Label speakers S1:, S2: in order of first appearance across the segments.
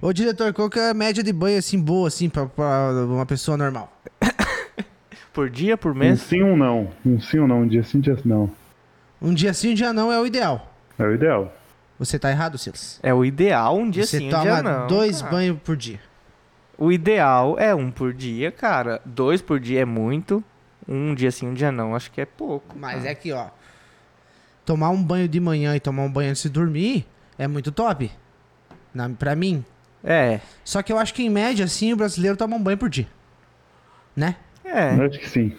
S1: Ô, diretor, qual que é a média de banho, assim, boa, assim, pra, pra uma pessoa normal?
S2: Por dia, por
S3: Um
S2: mês?
S3: sim, um não. Um sim, um não. Um dia sim, um dia não.
S1: Um dia sim, um dia não é o ideal.
S3: É o ideal.
S1: Você tá errado, Silas.
S2: É o ideal um dia
S1: Você
S2: sim, um
S1: toma
S2: dia não.
S1: dois
S2: cara.
S1: banhos por dia.
S2: O ideal é um por dia, cara. Dois por dia é muito. Um dia sim, um dia não. Acho que é pouco.
S1: Mas é que, ó. Tomar um banho de manhã e tomar um banho antes de dormir é muito top. Na, pra mim.
S2: É.
S1: Só que eu acho que, em média, assim, o brasileiro toma um banho por dia. Né?
S2: É.
S3: Eu Acho que sim.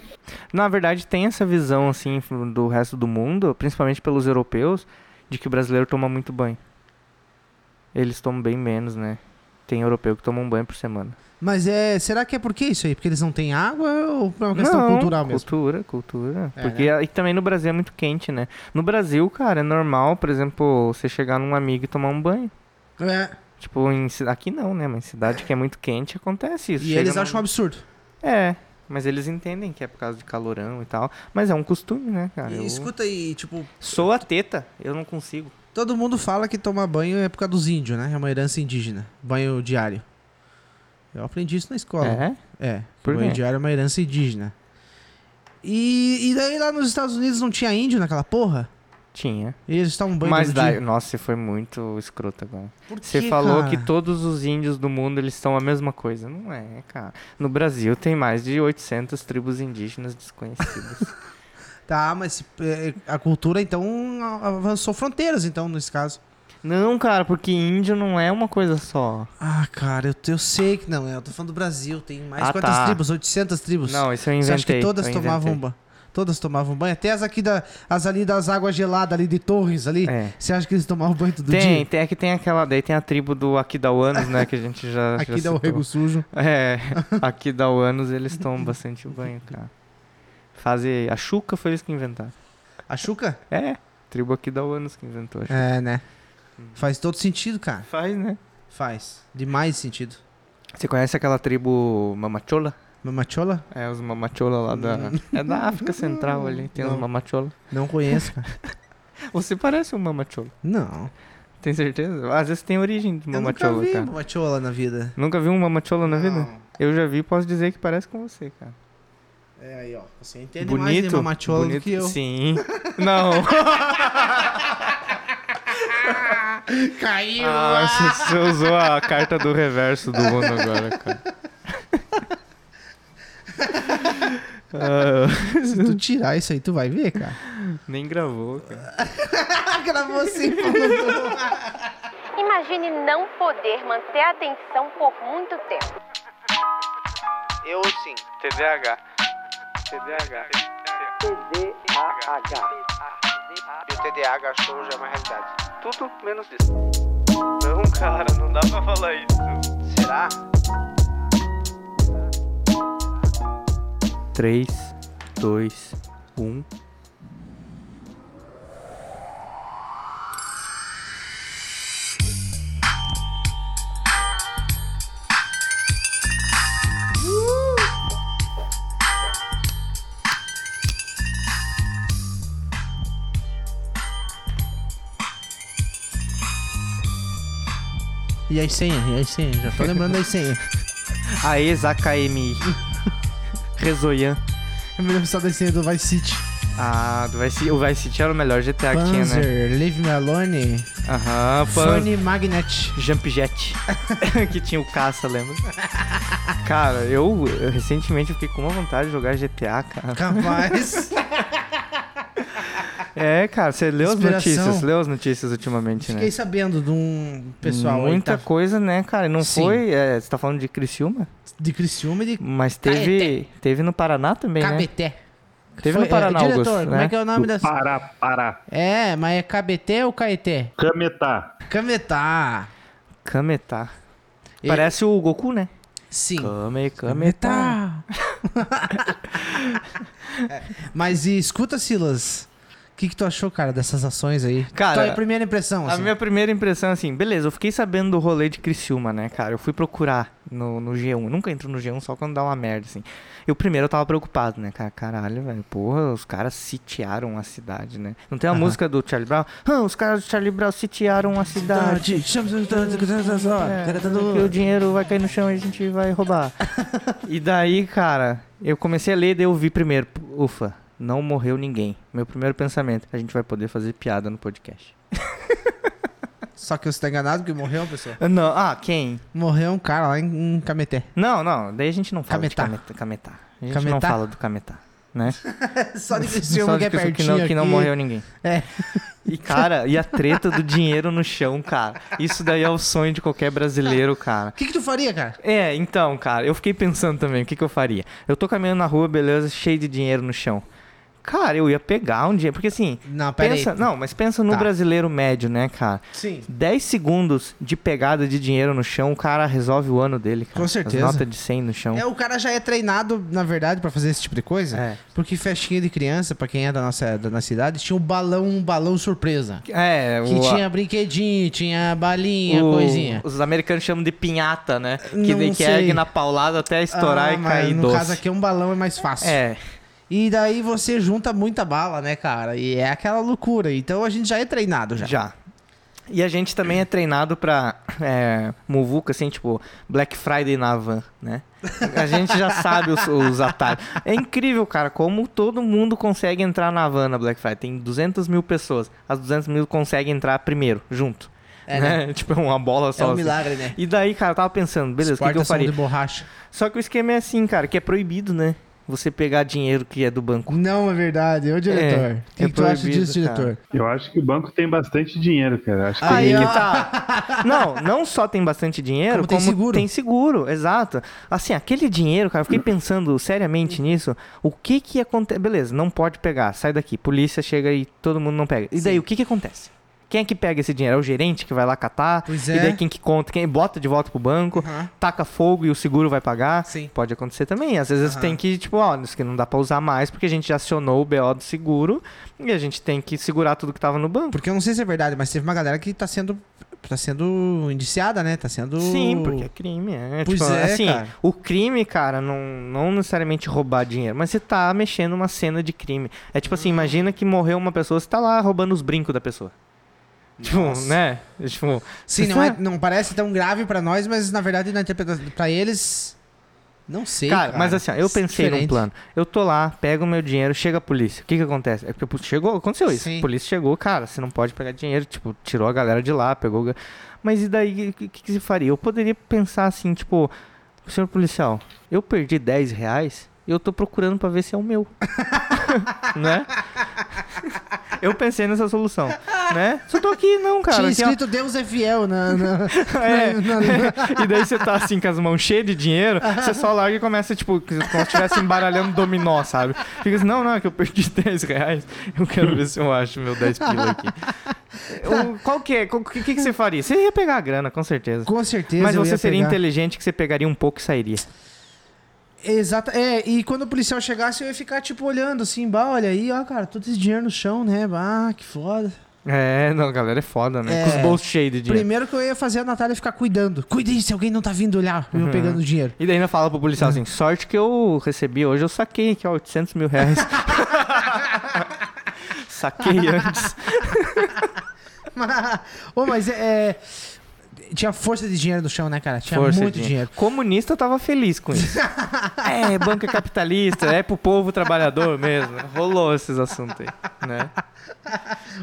S2: Na verdade, tem essa visão, assim, do resto do mundo, principalmente pelos europeus, de que o brasileiro toma muito banho. Eles tomam bem menos, né? Tem europeu que toma um banho por semana.
S1: Mas é. Será que é por que isso aí? Porque eles não têm água ou é uma questão
S2: Não,
S1: cultural mesmo?
S2: Cultura, cultura.
S1: É,
S2: Porque aí também no Brasil é muito quente, né? No Brasil, cara, é normal, por exemplo, você chegar num amigo e tomar um banho.
S1: É.
S2: Tipo, em, ci- aqui não, né? Mas em cidade que é muito quente acontece isso.
S1: E
S2: Chega
S1: eles
S2: num-
S1: acham um absurdo.
S2: É, mas eles entendem que é por causa de calorão e tal. Mas é um costume, né, cara?
S1: E
S2: Eu
S1: escuta aí, tipo,
S2: Sou a teta, eu não consigo.
S1: todo mundo fala que tomar banho é por causa dos índios, né? É uma herança indígena. Banho diário. Eu aprendi isso na escola.
S2: É?
S1: É, que
S2: Por
S1: banho
S2: quê?
S1: diário é uma herança indígena. E, e daí lá nos Estados Unidos não tinha índio naquela porra?
S2: Tinha.
S1: E eles estavam Um banho
S2: Mas
S1: todo
S2: daí,
S1: dia.
S2: nossa, você foi muito escroto agora.
S1: Por
S2: Você
S1: quê,
S2: falou
S1: cara?
S2: que todos os índios do mundo eles são a mesma coisa. Não é, cara. No Brasil tem mais de 800 tribos indígenas desconhecidas.
S1: Tá, mas se- é, a cultura então a- avançou fronteiras, então, nesse caso.
S2: não, cara, porque índio não é uma coisa só.
S1: Ah, cara, eu, eu sei que não, eu tô falando do Brasil, tem mais
S2: Ah,
S1: quantas
S2: tá.
S1: tribos? 800 tribos?
S2: Não, isso
S1: Você
S2: eu inventei.
S1: acha que todas
S2: eu
S1: tomavam
S2: inventei.
S1: banho? Todas tomavam banho? Até as aqui da, as ali das águas geladas ali de Torres ali.
S2: É.
S1: Você acha que eles tomavam banho todo
S2: Tem,
S1: dia?
S2: tem, é que tem aquela, daí tem a tribo do Aquidauanos, né, que a gente já já
S1: Aqui dá o
S2: citou.
S1: rego sujo.
S2: É, Aquidauanos eles tomam bastante banho, cara. Fazer a chuca foi eles que inventaram.
S1: A Xuca?
S2: É, tribo Aquidauanos que inventou a chuca.
S1: É, né? Faz todo sentido, cara.
S2: Faz, né?
S1: Faz. Demais sentido.
S2: Você conhece aquela tribo Mamachola?
S1: Mamachola?
S2: É, os Mamachola lá da. É da África Central ali, tem os
S1: Não.
S2: Mamachola.
S1: Não conheço, cara.
S2: Você parece um Mamachola,
S1: Não.
S2: tem certeza? Às vezes tem origem de
S1: Eu nunca
S2: Mamachola,
S1: vi
S2: cara.
S1: Mamachola na vida.
S2: Nunca viu um Mamachola na vida?
S1: Não.
S2: Eu já vi e posso dizer que parece com você, cara.
S1: É aí, ó. Você entende mais de
S2: bonito?
S1: Mamachola
S2: bonito
S1: do que eu.
S2: Sim. Não.
S1: Caiu!
S2: Ah, você, você usou a carta do reverso do mundo agora, cara. Ah,
S1: Se tu tirar isso aí, tu vai ver, cara.
S2: nem gravou, cara. Ah,
S1: Gravou assim, falando.
S4: Imagine não poder manter a atenção por muito tempo.
S5: Eu sim.
S2: TDAH. TDAH.
S5: E o TDAH show já é uma realidade.
S2: Tudo menos isso. Não, cara, não dá pra falar isso.
S5: Será?
S2: 3, 2, 1.
S1: E as senhas, e as senhas. Já tô lembrando das senhas.
S2: Aê, Zakaemi. Rezoian.
S1: Eu me lembro É só das senhas do Vice City.
S2: Ah, do Vice, o Vice City era o melhor GTA que tinha, né?
S1: Panzer, Leave Me Alone,
S2: Aham, Panzer.
S1: Funny Magnet.
S2: Jump Jet. que tinha o caça, lembra? cara, eu, eu recentemente eu fiquei com uma vontade de jogar GTA, cara.
S1: Capaz.
S2: É, cara, você leu as
S1: Inspiração.
S2: notícias, leu as notícias ultimamente,
S1: Fiquei
S2: né?
S1: sabendo de um pessoal aí que
S2: Muita
S1: tá
S2: coisa, né, cara? E Não
S1: Sim.
S2: foi. é, você tá falando de Criciúma?
S1: de Criciúma e de
S2: Mas teve. Teve no Paraná também, né?
S1: Cabeté.
S2: Teve
S1: Foi-
S2: no Paraná,
S1: é, Diretor,
S2: Augusto,
S1: como
S2: né?
S1: é que é o nome das...
S3: Pará, Pará.
S1: É, mas é Cabeté ou Caeté?
S3: Cametá.
S1: Cametá.
S2: Cametá.
S1: E-
S2: Parece o Goku, né?
S1: Sim.
S2: Kame, Kametá.
S1: Cametá. É, Mas e, escuta, Silas. O que, que tu achou, cara, dessas ações aí?
S2: Cara,
S1: Tua primeira impressão,
S2: A
S1: assim.
S2: minha primeira impressão, assim, beleza, eu fiquei sabendo do rolê de Criciúma, né, cara? Eu fui procurar no, no G1. Eu nunca entro no G1 só quando dá uma merda, assim. Eu primeiro eu tava preocupado, né, cara? Caralho, velho, porra, os caras sitiaram a cidade, né? Não tem a música do Charlie Brown? Ah, os caras do Charlie Brown sitiaram a cidade. É, que o dinheiro vai cair no chão e a gente vai roubar. e daí, cara, eu comecei a ler, daí eu vi primeiro, ufa, não morreu ninguém. Meu primeiro pensamento, a gente vai poder fazer piada no podcast.
S1: Só que você tá enganado porque morreu uma pessoa.
S2: Não, ah, quem?
S1: Morreu um cara lá em, em Cameté.
S2: Não, não, daí a gente não fala
S1: Cametá.
S2: de Cametá. Cametá. A gente
S1: Cametá?
S2: não fala do Cametá, né?
S1: Só de
S2: Só
S1: Criciúma que é
S2: de pessoa
S1: pertinho
S2: que não, que não
S1: aqui.
S2: morreu ninguém.
S1: É.
S2: E, cara, e a treta do dinheiro no chão, cara. Isso daí é o sonho de qualquer brasileiro, cara.
S1: O que que tu faria, cara?
S2: É, então, cara, eu fiquei pensando também, o que, que eu faria? Eu tô caminhando na rua, beleza, cheio de dinheiro no chão. Cara, eu ia pegar um dinheiro, porque assim...
S1: Não, pera
S2: Pensa,
S1: aí.
S2: não, mas pensa no
S1: Ah, Tá.
S2: brasileiro médio, né, cara?
S1: Sim.
S2: 10 segundos de pegada de dinheiro no chão, o cara resolve o ano dele, cara.
S1: Com certeza.
S2: As notas de 100 no chão.
S1: É, o cara já é treinado, na verdade, pra fazer esse tipo de coisa.
S2: É.
S1: Porque festinha de criança, pra quem é da nossa, da nossa idade, tinha um balão, um balão surpresa.
S2: É,
S1: Que
S2: o,
S1: tinha brinquedinho, tinha balinha,
S2: o-
S1: coisinha.
S2: Os americanos chamam de pinhata, né? Que,
S1: Não
S2: de- que
S1: sei.
S2: ergue na paulada até estourar
S1: Ah,
S2: e
S1: mas
S2: cair
S1: No
S2: doce.
S1: caso aqui, um balão é mais fácil.
S2: É,
S1: E daí você junta muita bala, né, cara? E é aquela loucura. Então a gente já é treinado já.
S2: já. E a gente também é treinado pra é, muvuca, assim, tipo, Black Friday na van, né? A gente já sabe os, os atalhos. É incrível, cara, como todo mundo consegue entrar na van na Black Friday. Tem 200 mil pessoas. As 200 mil conseguem entrar primeiro, junto. né? Tipo, é uma bola só.
S1: É um
S2: assim.
S1: milagre, né?
S2: E daí, cara, eu tava pensando, beleza, o que que, eu
S1: Portas são
S2: faria?
S1: de borracha.
S2: Só que o esquema é assim, cara, que é proibido, né? Você pegar dinheiro que é do banco.
S1: Não, é verdade. Ô, diretor.
S2: É,
S1: o que,
S2: é
S1: que tu acha
S2: proibido,
S1: disso, diretor?
S3: Eu acho que o banco tem bastante dinheiro, cara. Acho que
S2: Aí
S3: tem-
S2: que tá. Não, não só tem bastante dinheiro,
S1: Como tem
S2: como,
S1: seguro.
S2: tem seguro, exato. Assim, aquele dinheiro, cara, eu fiquei pensando seriamente nisso. O que que acontece? Beleza, não pode pegar, sai daqui. Polícia chega e todo mundo não pega. E daí, o que que acontece? Quem é que pega esse dinheiro? É o gerente que vai lá catar?
S1: Pois
S2: E
S1: é. Uhum.
S2: daí quem que conta? Quem bota de volta pro banco?
S1: Aham.
S2: Taca fogo e o seguro vai pagar?
S1: Sim.
S2: Pode acontecer também. Às vezes tem que, tipo, ó, isso que não dá pra usar mais porque a gente já acionou o BO do seguro e a gente tem que segurar tudo que tava no banco.
S1: Porque eu não sei se é verdade, mas teve uma galera que tá sendo. tá sendo indiciada, né? Tá sendo.
S2: Sim, porque é crime, é.
S1: Pois
S2: tipo,
S1: é,
S2: assim,
S1: cara.
S2: o crime, cara, não, não necessariamente roubar dinheiro, mas você tá mexendo numa cena de crime. É tipo
S1: Uhum.
S2: assim, imagina que morreu uma pessoa, você tá lá roubando os brincos da pessoa. Tipo, né? Tipo,
S1: Sim,
S2: você
S1: não, é-
S2: tá-
S1: não parece tão grave pra nós, mas na verdade, na interpretação. pra eles. Não sei.
S2: Cara,
S1: Cara, é
S2: mas assim, ó, eu pensei
S1: Diferente.
S2: num plano. Eu tô lá, pego o meu dinheiro, chega a polícia. O que que acontece? É porque pô, chegou, aconteceu isso.
S1: Sim.
S2: A polícia chegou, cara, você não pode pegar dinheiro, tipo, tirou a galera de lá, pegou. o ga- Mas e daí, o que, que se faria? Eu poderia pensar assim, tipo, senhor policial, eu perdi 10 reais e eu tô procurando pra ver se é o meu. né? Eu pensei nessa solução, né? Só tô aqui, não, cara.
S1: Tinha
S2: assim, ó.
S1: escrito Deus é fiel na. na-
S2: É.
S1: na- na-
S2: E daí você tá assim com as mãos cheias de dinheiro, você só larga e começa, tipo, como se estivesse embaralhando dominó, sabe? Fica assim, não, não, é que eu perdi 10 reais, eu quero ver se eu acho meu 10 pila aqui.
S1: Tá.
S2: O- qual que é? O que, que, que você faria? Você ia pegar a grana, com certeza.
S1: Com certeza.
S2: Mas
S1: eu
S2: você
S1: ia
S2: seria
S1: pegar.
S2: inteligente que você pegaria um pouco e sairia.
S1: Exato. É, e quando o policial chegasse, eu ia ficar, tipo, olhando assim, bah, olha aí, ó, cara, todo esse dinheiro no chão, né? Ah, que foda.
S2: É, não, galera, é foda, né? Com os
S1: É.
S2: bolsos cheios de dinheiro.
S1: Primeiro que eu ia fazer a Natália ficar cuidando. Cuidem se alguém não tá vindo olhar, eu pegando o dinheiro.
S2: E daí ainda fala pro policial assim, sorte que eu recebi hoje, eu saquei aqui, ó, 800 mil reais. saquei antes.
S1: Ô, mas é, é, Tinha força de dinheiro no chão, né, cara? Tinha
S2: Força,
S1: muito
S2: Edinho.
S1: dinheiro.
S2: Comunista tava feliz com isso. é, banco é capitalista, é pro povo trabalhador mesmo. Rolou esses assuntos aí, né?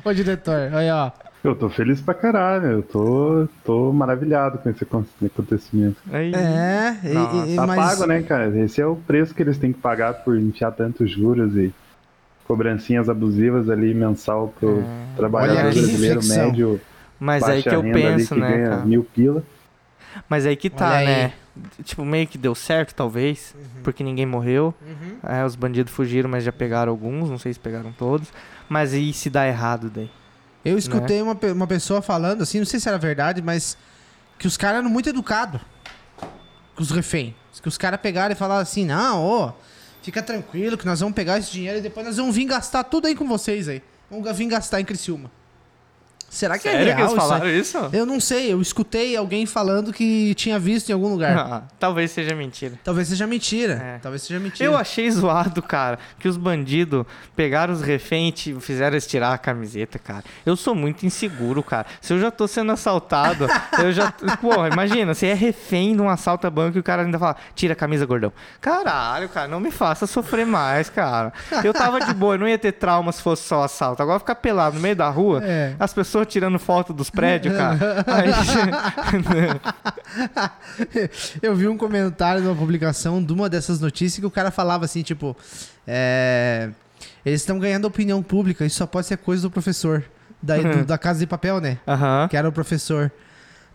S1: Ô, diretor, olha, ó.
S3: Eu tô feliz pra caralho. Eu tô, tô maravilhado com esse acon- acontecimento.
S2: Aí,
S1: É, e-
S2: Nossa,
S1: e-
S3: Tá
S1: mas.
S3: pago, né, cara? Esse é o preço que eles têm que pagar por enfiar tantos juros e cobrancinhas abusivas ali mensal pro
S1: Olha
S3: trabalhador
S1: que
S3: brasileiro
S1: reflexão.
S3: médio.
S2: É. Mas é
S3: baixa
S2: aí que eu
S3: renda ali
S2: penso,
S3: que
S2: né,
S3: ganha
S2: cara?
S3: mil pila.
S2: Mas aí que tá,
S1: Olha aí. Uhum.
S2: né? Tipo, meio que deu certo, talvez, porque ninguém morreu. É, os bandidos fugiram, mas já pegaram alguns, não sei se pegaram todos. Mas e se dá errado daí?
S1: Eu
S2: Né?
S1: escutei uma, pe- uma pessoa falando, assim, não sei se era verdade, mas que os caras eram muito educados com os reféns. Que os caras pegaram e falaram assim, não, ô, fica tranquilo que nós vamos pegar esse dinheiro e depois nós vamos vir gastar tudo aí com vocês aí. Vamos vir gastar em Criciúma. Será que é
S2: Sério
S1: real
S2: que eles
S1: isso aí?
S2: falaram isso?
S1: Eu não sei, eu escutei alguém falando que tinha visto em algum lugar.
S2: Ah, talvez seja mentira.
S1: Talvez seja mentira.
S2: É.
S1: Talvez seja mentira.
S2: Eu achei zoado, cara, que os bandidos pegaram os reféns e fizeram eles tirar a camiseta, cara. Eu sou muito inseguro, cara. Se eu já tô sendo assaltado, eu já. Porra, imagina, você é refém de um assalto a banco e o cara ainda fala, tira a camisa, gordão. Caralho, cara, não me faça sofrer mais, cara. Eu tava de boa, eu não ia ter trauma se fosse só assalto. Agora ficar pelado no meio da rua,
S1: É.
S2: as pessoas tirando foto dos prédios, cara. Aí-
S1: Eu vi um comentário numa publicação de uma dessas notícias que o cara falava assim, tipo, é, eles estão ganhando opinião pública, isso só pode ser coisa do professor. Daí
S2: Uhum.
S1: do- da casa de papel, né?
S2: Aham.
S1: Que era o professor.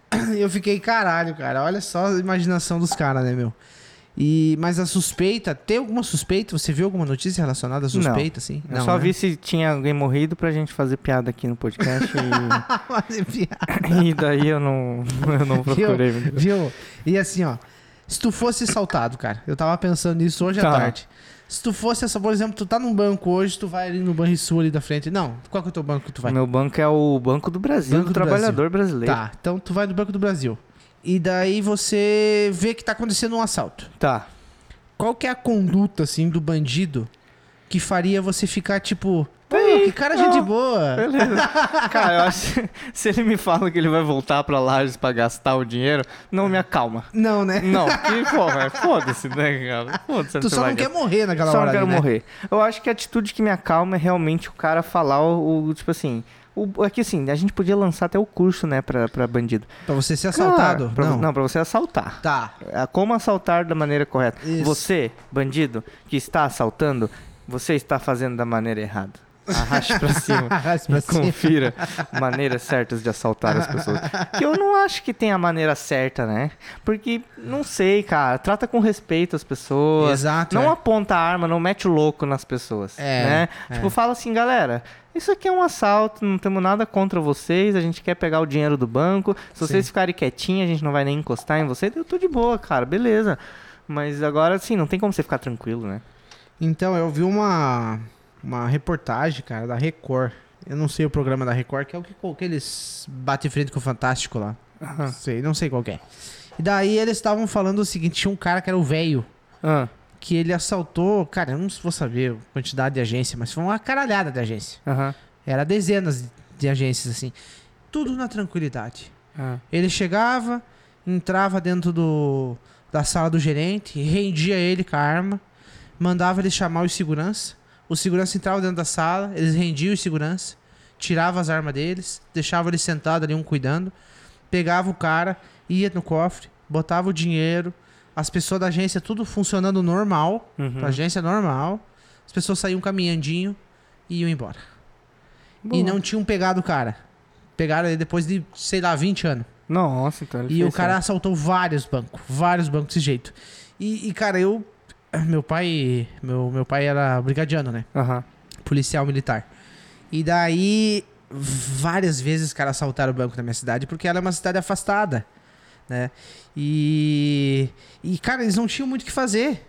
S1: Eu fiquei, caralho, cara, olha só a imaginação dos caras, né, meu? E, mas a suspeita, tem alguma suspeita? Você viu alguma notícia relacionada à suspeita, assim?
S2: Eu só
S1: né?
S2: vi se tinha alguém morrido pra gente fazer piada aqui no podcast. e-
S1: Mas, enfim,
S2: e, daí eu não, eu não procurei. meu Deus.
S1: Viu? E assim, ó. Se tu fosse assaltado, cara, eu tava pensando nisso hoje à
S2: Tá.
S1: tarde. Se tu fosse assaltado, por exemplo, tu tá num banco hoje, tu vai ali no Banrisul ali da frente. Não, qual que é o teu banco que tu vai?
S2: Meu banco é o Banco do Brasil,
S1: Banco do
S2: do, trabalhador brasileiro.
S1: Tá, então tu vai no Banco do Brasil. E daí você vê que tá acontecendo um assalto.
S2: Tá.
S1: Qual que é a conduta, assim, do bandido que faria você ficar tipo. Pô, que cara gente boa.
S2: Beleza. Cara, eu acho que se ele me fala que ele vai voltar pra Lages pra gastar o dinheiro, não me acalma.
S1: Não, né?
S2: Não, que porra, é foda-se, né, cara? Foda-se.
S1: Tu
S2: você
S1: só
S2: vai
S1: não quer
S2: gastar.
S1: morrer naquela
S2: Só
S1: hora.
S2: não quero
S1: ali, né?
S2: morrer. Eu acho que a atitude que me acalma é realmente o cara falar o, o- tipo assim. O, é que assim, a gente podia lançar até o curso, né, pra, pra bandido.
S1: Pra você ser assaltado.
S2: Cara, pra-
S1: não.
S2: não. pra você assaltar.
S1: Tá.
S2: É, Como assaltar da maneira correta.
S1: Isso.
S2: Você, bandido, que está assaltando, você está fazendo da maneira errada. Arraste pra cima.
S1: Arraste pra
S2: E
S1: cima.
S2: Confira maneiras certas de assaltar as pessoas. Que eu não acho que tem a maneira certa, né? Porque, não sei, cara. Trata com respeito as pessoas.
S1: Exato,
S2: Não
S1: é.
S2: aponta a arma, não mete o louco nas pessoas.
S1: É,
S2: né?
S1: é.
S2: Tipo, fala assim, galera. Isso aqui é um assalto, não temos nada contra vocês, a gente quer pegar o dinheiro do banco. Se vocês ficarem quietinhos, a gente não vai nem encostar em vocês, eu tô de boa, cara, beleza. Mas agora, assim, não tem como você ficar tranquilo, né?
S1: Então, eu vi uma, uma reportagem, cara, da Record. Eu não sei o programa da Record, que é o que, que eles batem em frente com o Fantástico lá. Não Sei, não sei qual que é. E daí eles estavam falando o seguinte, tinha um cara que era o velho,
S2: Ah,
S1: que ele assaltou, cara, eu não vou saber a quantidade de agência, mas foi uma caralhada de agência.
S2: aham.
S1: Era dezenas de agências, assim. Tudo na tranquilidade.
S2: ah.
S1: Ele chegava, entrava dentro do, da sala do gerente, rendia ele com a arma, mandava ele chamar os segurança. O segurança entrava dentro da sala, eles rendiam os segurança, tirava as armas deles, deixava ele sentado ali, um cuidando, pegava o cara, ia no cofre, botava o dinheiro, as pessoas da agência tudo funcionando normal,
S2: Uhum.
S1: a agência normal, as pessoas saíam caminhandinho e iam embora. E não tinham pegado o cara. Pegaram ele depois de, sei lá, 20 anos.
S2: Nossa, então ele
S1: E
S2: fez
S1: o cara assaltou vários bancos, vários bancos desse jeito. E, e, cara, eu. Meu pai. Meu, meu pai era brigadiano, né?
S2: certo. Aham.
S1: Policial militar. E daí, várias vezes, cara, assaltaram o banco na minha cidade, porque ela é uma cidade afastada, né? E. E, cara, eles não tinham muito o que fazer,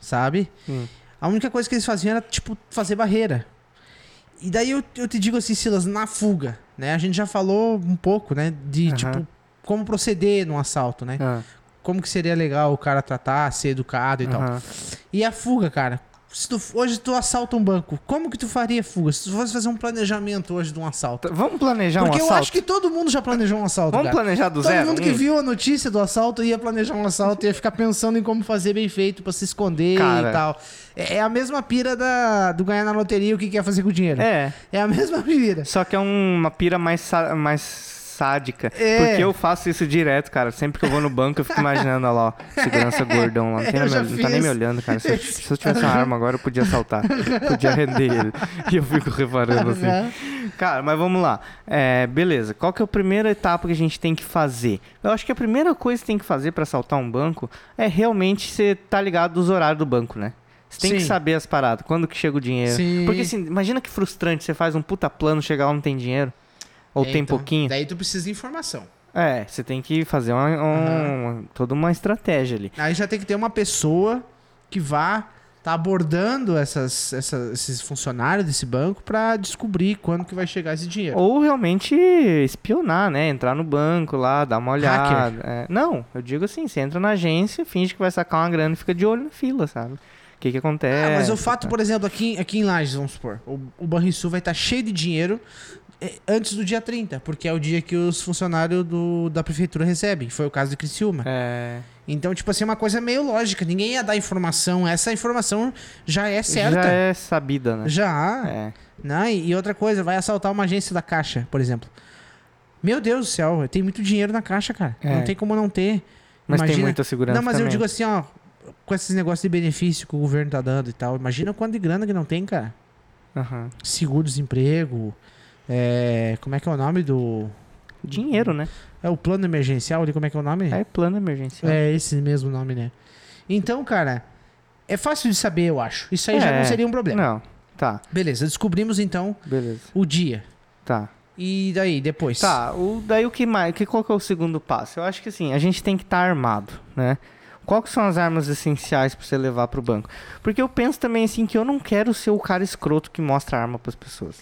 S1: sabe?
S2: Hum.
S1: A única coisa que eles faziam era, tipo, fazer barreira. E daí eu, eu te digo assim, Silas, na fuga, né? A gente já falou um pouco, né? De,
S2: Aham.
S1: tipo, como proceder num assalto, né?
S2: Ah,
S1: Como que seria legal o cara tratar, ser educado e tal.
S2: aham.
S1: E a fuga, cara? Se tu- hoje tu assalta um banco, como que tu faria a fuga? Se tu fosse fazer um planejamento hoje de um assalto.
S2: Tá, Vamos planejar
S1: Porque
S2: um
S1: eu
S2: assalto?
S1: acho que todo mundo já planejou um assalto,
S2: Vamos
S1: cara.
S2: planejar do
S1: Todo
S2: zero?
S1: mundo que
S2: um?
S1: viu a notícia do assalto ia planejar um assalto, ia ficar pensando em como fazer bem feito pra se esconder
S2: Cara.
S1: e tal. É, é a mesma pira da, do ganhar na loteria o que quer fazer com o dinheiro.
S2: É.
S1: É a mesma pira.
S2: Só que é um- uma pira mais, sa- mais sádica.
S1: É.
S2: Porque eu faço isso direto, cara. Sempre que eu vou no banco, eu fico imaginando, olha lá, ó, segurança gordão lá. Não, tem
S1: Eu
S2: nem
S1: já
S2: me- não tá nem
S1: fiz
S2: me olhando, cara. Se eu,
S1: esse-
S2: se eu tivesse uma arma agora, eu podia assaltar. podia render ele. E eu fico reparando assim.
S1: Aham.
S2: Cara, mas vamos lá. É, beleza. Qual que é a primeira etapa que a gente tem que fazer? Eu acho que a primeira coisa que tem que fazer pra assaltar um banco é realmente você tá ligado dos horários do banco, né? Você tem que
S1: Sim.
S2: saber as paradas, quando que chega o dinheiro.
S1: Sim.
S2: Porque assim, imagina que frustrante, você faz um puta plano, chegar lá não tem dinheiro. Ou
S1: É,
S2: tem
S1: então,
S2: um pouquinho.
S1: Daí tu precisa de informação.
S2: É, você tem que fazer uma, um- toda uma estratégia ali.
S1: Aí já tem que ter uma pessoa que vá tá abordando essas, essa- esses funcionários desse banco pra descobrir quando que vai chegar esse dinheiro.
S2: Ou realmente espionar, né? Entrar no banco lá, dar uma olhada. É, não, eu digo assim, você entra na agência, finge que vai sacar uma grana e fica de olho na fila, sabe? O que que acontece?
S1: Ah, mas o fato, por exemplo, aqui, aqui em Lages, vamos supor, o, o Banrisul vai estar cheio de dinheiro eh, antes do dia 30, porque é o dia que os funcionários do, da prefeitura recebem. Foi o caso de Criciúma.
S2: É,
S1: Então, tipo assim, é uma coisa meio lógica. Ninguém ia dar informação. Essa informação já é certa.
S2: Já é sabida, né?
S1: Já.
S2: É.
S1: Né? E e outra coisa, vai assaltar uma agência da Caixa, por exemplo. Meu Deus do céu, tem muito dinheiro na Caixa, cara.
S2: É.
S1: Não tem como não ter.
S2: Mas tem
S1: Imagina-
S2: muita segurança
S1: Não, mas eu
S2: também.
S1: digo assim, ó, com esses negócios de benefício que o governo tá dando e tal, imagina o quanto de grana que não tem, cara. assim-
S2: Aham.
S1: Seguro-desemprego, é, como é que é o nome do...
S2: Dinheiro, né?
S1: É o plano emergencial ali, como é que é o nome?
S2: É plano emergencial.
S1: É esse mesmo nome, né? Então, cara, é fácil de saber, eu acho. Isso aí já
S2: É.
S1: não seria um problema.
S2: Não, tá,
S1: Beleza, descobrimos então
S2: beleza,
S1: o dia.
S2: tá.
S1: E daí, depois?
S2: Tá, o, daí o que mais? Que, qual que é o segundo passo? Eu acho que assim, a gente tem que estar armado, né? Qual que são as armas essenciais pra você levar pro banco? Porque eu penso também assim que eu não quero ser o cara escroto que mostra arma pras pessoas.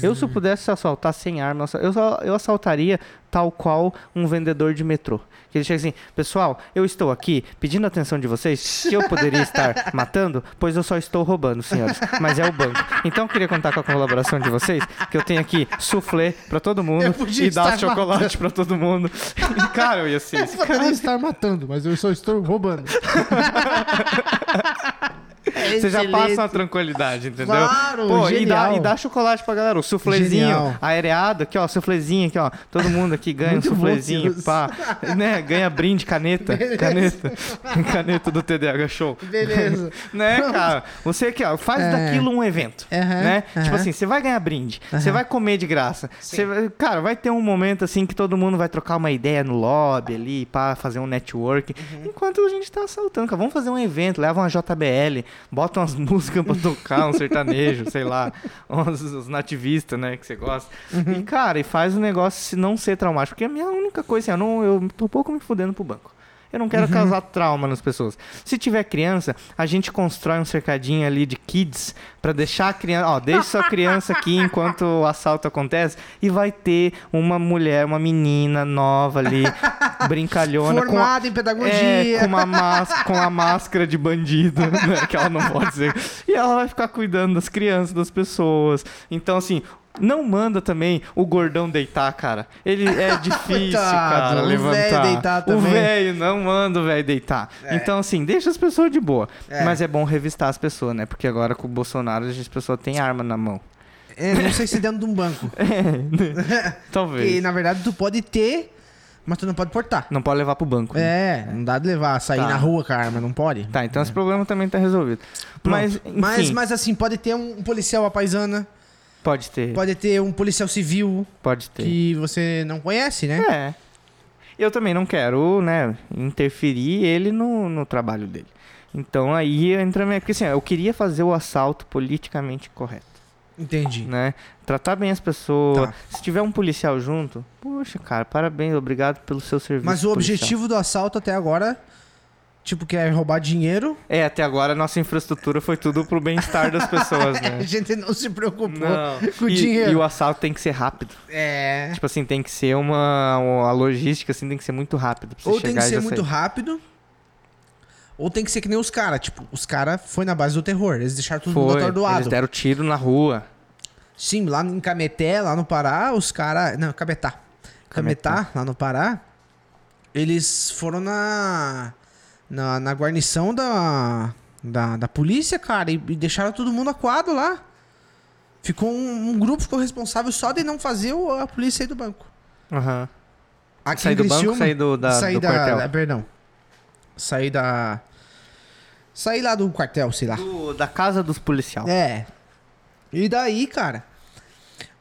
S2: Eu
S1: Hum.
S2: se eu pudesse assaltar sem arma, eu assa- eu, só- eu assaltaria tal qual um vendedor de metrô. Que ele chega assim, pessoal, eu estou aqui pedindo a atenção de vocês, que eu poderia estar matando, pois eu só estou roubando, senhores. Mas é o banco. Então eu queria contar com a colaboração de vocês, que eu tenho aqui soufflé pra todo mundo
S1: Eu podia
S2: e dar
S1: estar
S2: chocolate pra todo mundo. cara, eu ia ser esse cara.
S1: estar matando, mas eu só estou roubando.
S2: Você já passa uma tranquilidade, entendeu?
S1: Claro,
S2: Pô, e dá,
S1: genial.
S2: e dá chocolate pra galera. O suflezinho
S1: Genial.
S2: aereado, aqui, ó, suflezinho aqui, ó. Todo mundo aqui ganha um
S1: Muito bom,
S2: suflezinho,
S1: Silas.
S2: pá. Né? Ganha brinde, caneta. Caneta. caneta do TDH Show.
S1: Beleza.
S2: né, cara? Você aqui, ó, faz
S1: É.
S2: daquilo um evento.
S1: Aham,
S2: né? Tipo
S1: aham.
S2: assim, você vai ganhar brinde, você vai comer de graça. Você vai- cara, vai ter um momento assim que todo mundo vai trocar uma ideia no lobby ali, pra fazer um network.
S1: Uhum.
S2: Enquanto a gente tá assaltando, cara. Vamos fazer um evento, leva uma JBL, bota umas músicas pra tocar, um sertanejo, sei lá, uns, uns nativistas, né, que você gosta. E,
S1: Uhum.
S2: cara, e faz o negócio se não ser traumático. Porque é a minha única coisa, assim, eu, não, eu tô pouco me fudendo pro banco. Eu não quero causar trauma nas pessoas. Se tiver criança, a gente constrói um cercadinho ali de kids pra deixar a criança, ó, deixa sua criança aqui enquanto o assalto acontece e vai ter uma mulher, uma menina nova ali, brincalhona com a-
S1: Formado em pedagogia.
S2: é, com, uma más- com a máscara de bandido, né, que ela não pode ser. E ela vai ficar cuidando das crianças, das pessoas. Então, assim, não manda também o gordão deitar, cara. Ele é difícil,
S1: Coitado,
S2: cara,
S1: o
S2: levantar.
S1: velho deitar
S2: O
S1: também. É.
S2: velho, não manda o velho deitar. Então, assim, deixa as pessoas de boa. Mas é bom revistar as pessoas, né? Porque agora com o Bolsonaro as pessoas têm arma na mão.
S1: É, não sei se dentro de um banco.
S2: Talvez.
S1: E na verdade tu pode ter, mas tu não pode portar.
S2: Não pode levar pro banco. né?
S1: É, não dá de levar, sair
S2: Tá.
S1: na rua com a arma, não pode.
S2: Tá, então esse problema também tá resolvido. Mas, enfim,
S1: É. Mas, mas assim, pode ter um um policial à paisana,
S2: pode ter.
S1: pode ter um policial civil
S2: Pode ter.
S1: que você não conhece, né?
S2: É. Eu também não quero, né, interferir ele no, no trabalho dele. Então aí entra a minha. Porque assim, ó, eu queria fazer o assalto politicamente correto,
S1: Entendi.
S2: né? Tratar bem as pessoas.
S1: Tá.
S2: Se tiver um policial junto, poxa, cara, parabéns, obrigado pelo seu serviço.
S1: Mas o
S2: é policial.
S1: objetivo do assalto até agora, tipo, que é roubar dinheiro,
S2: É, até agora a nossa infraestrutura foi tudo pro bem-estar das pessoas,
S1: a
S2: né?
S1: gente não se preocupou
S2: Não.
S1: com o
S2: e,
S1: dinheiro.
S2: e o assalto tem que ser rápido.
S1: É.
S2: Tipo assim, tem que ser uma. A logística assim tem que ser muito rápido. Pra você
S1: Ou tem
S2: chegar
S1: que
S2: e já
S1: ser muito
S2: sair.
S1: rápido, ou tem que ser que nem os caras. Tipo, os caras foi na base do terror. Eles deixaram tudo
S2: Foi,
S1: mundo atordoado.
S2: Eles deram tiro na rua.
S1: Sim, lá em Cameté, lá no Pará, os caras. Não, Cametá. Cametá, lá no Pará, eles foram na. Na, na guarnição da, da, da polícia, cara, e, e deixaram todo mundo aquado lá. Ficou um, um grupo ficou responsável só de não fazer o- a polícia sair do banco.
S2: Aham.
S1: Aqui
S2: Sair
S1: em
S2: do banco,
S1: Criciúma-
S2: sair do- da-
S1: sair
S2: do
S1: da-
S2: quartel.
S1: da- perdão. Sair da. Sair lá do quartel, sei lá.
S2: Do- Da casa dos policial.
S1: É. E daí, cara?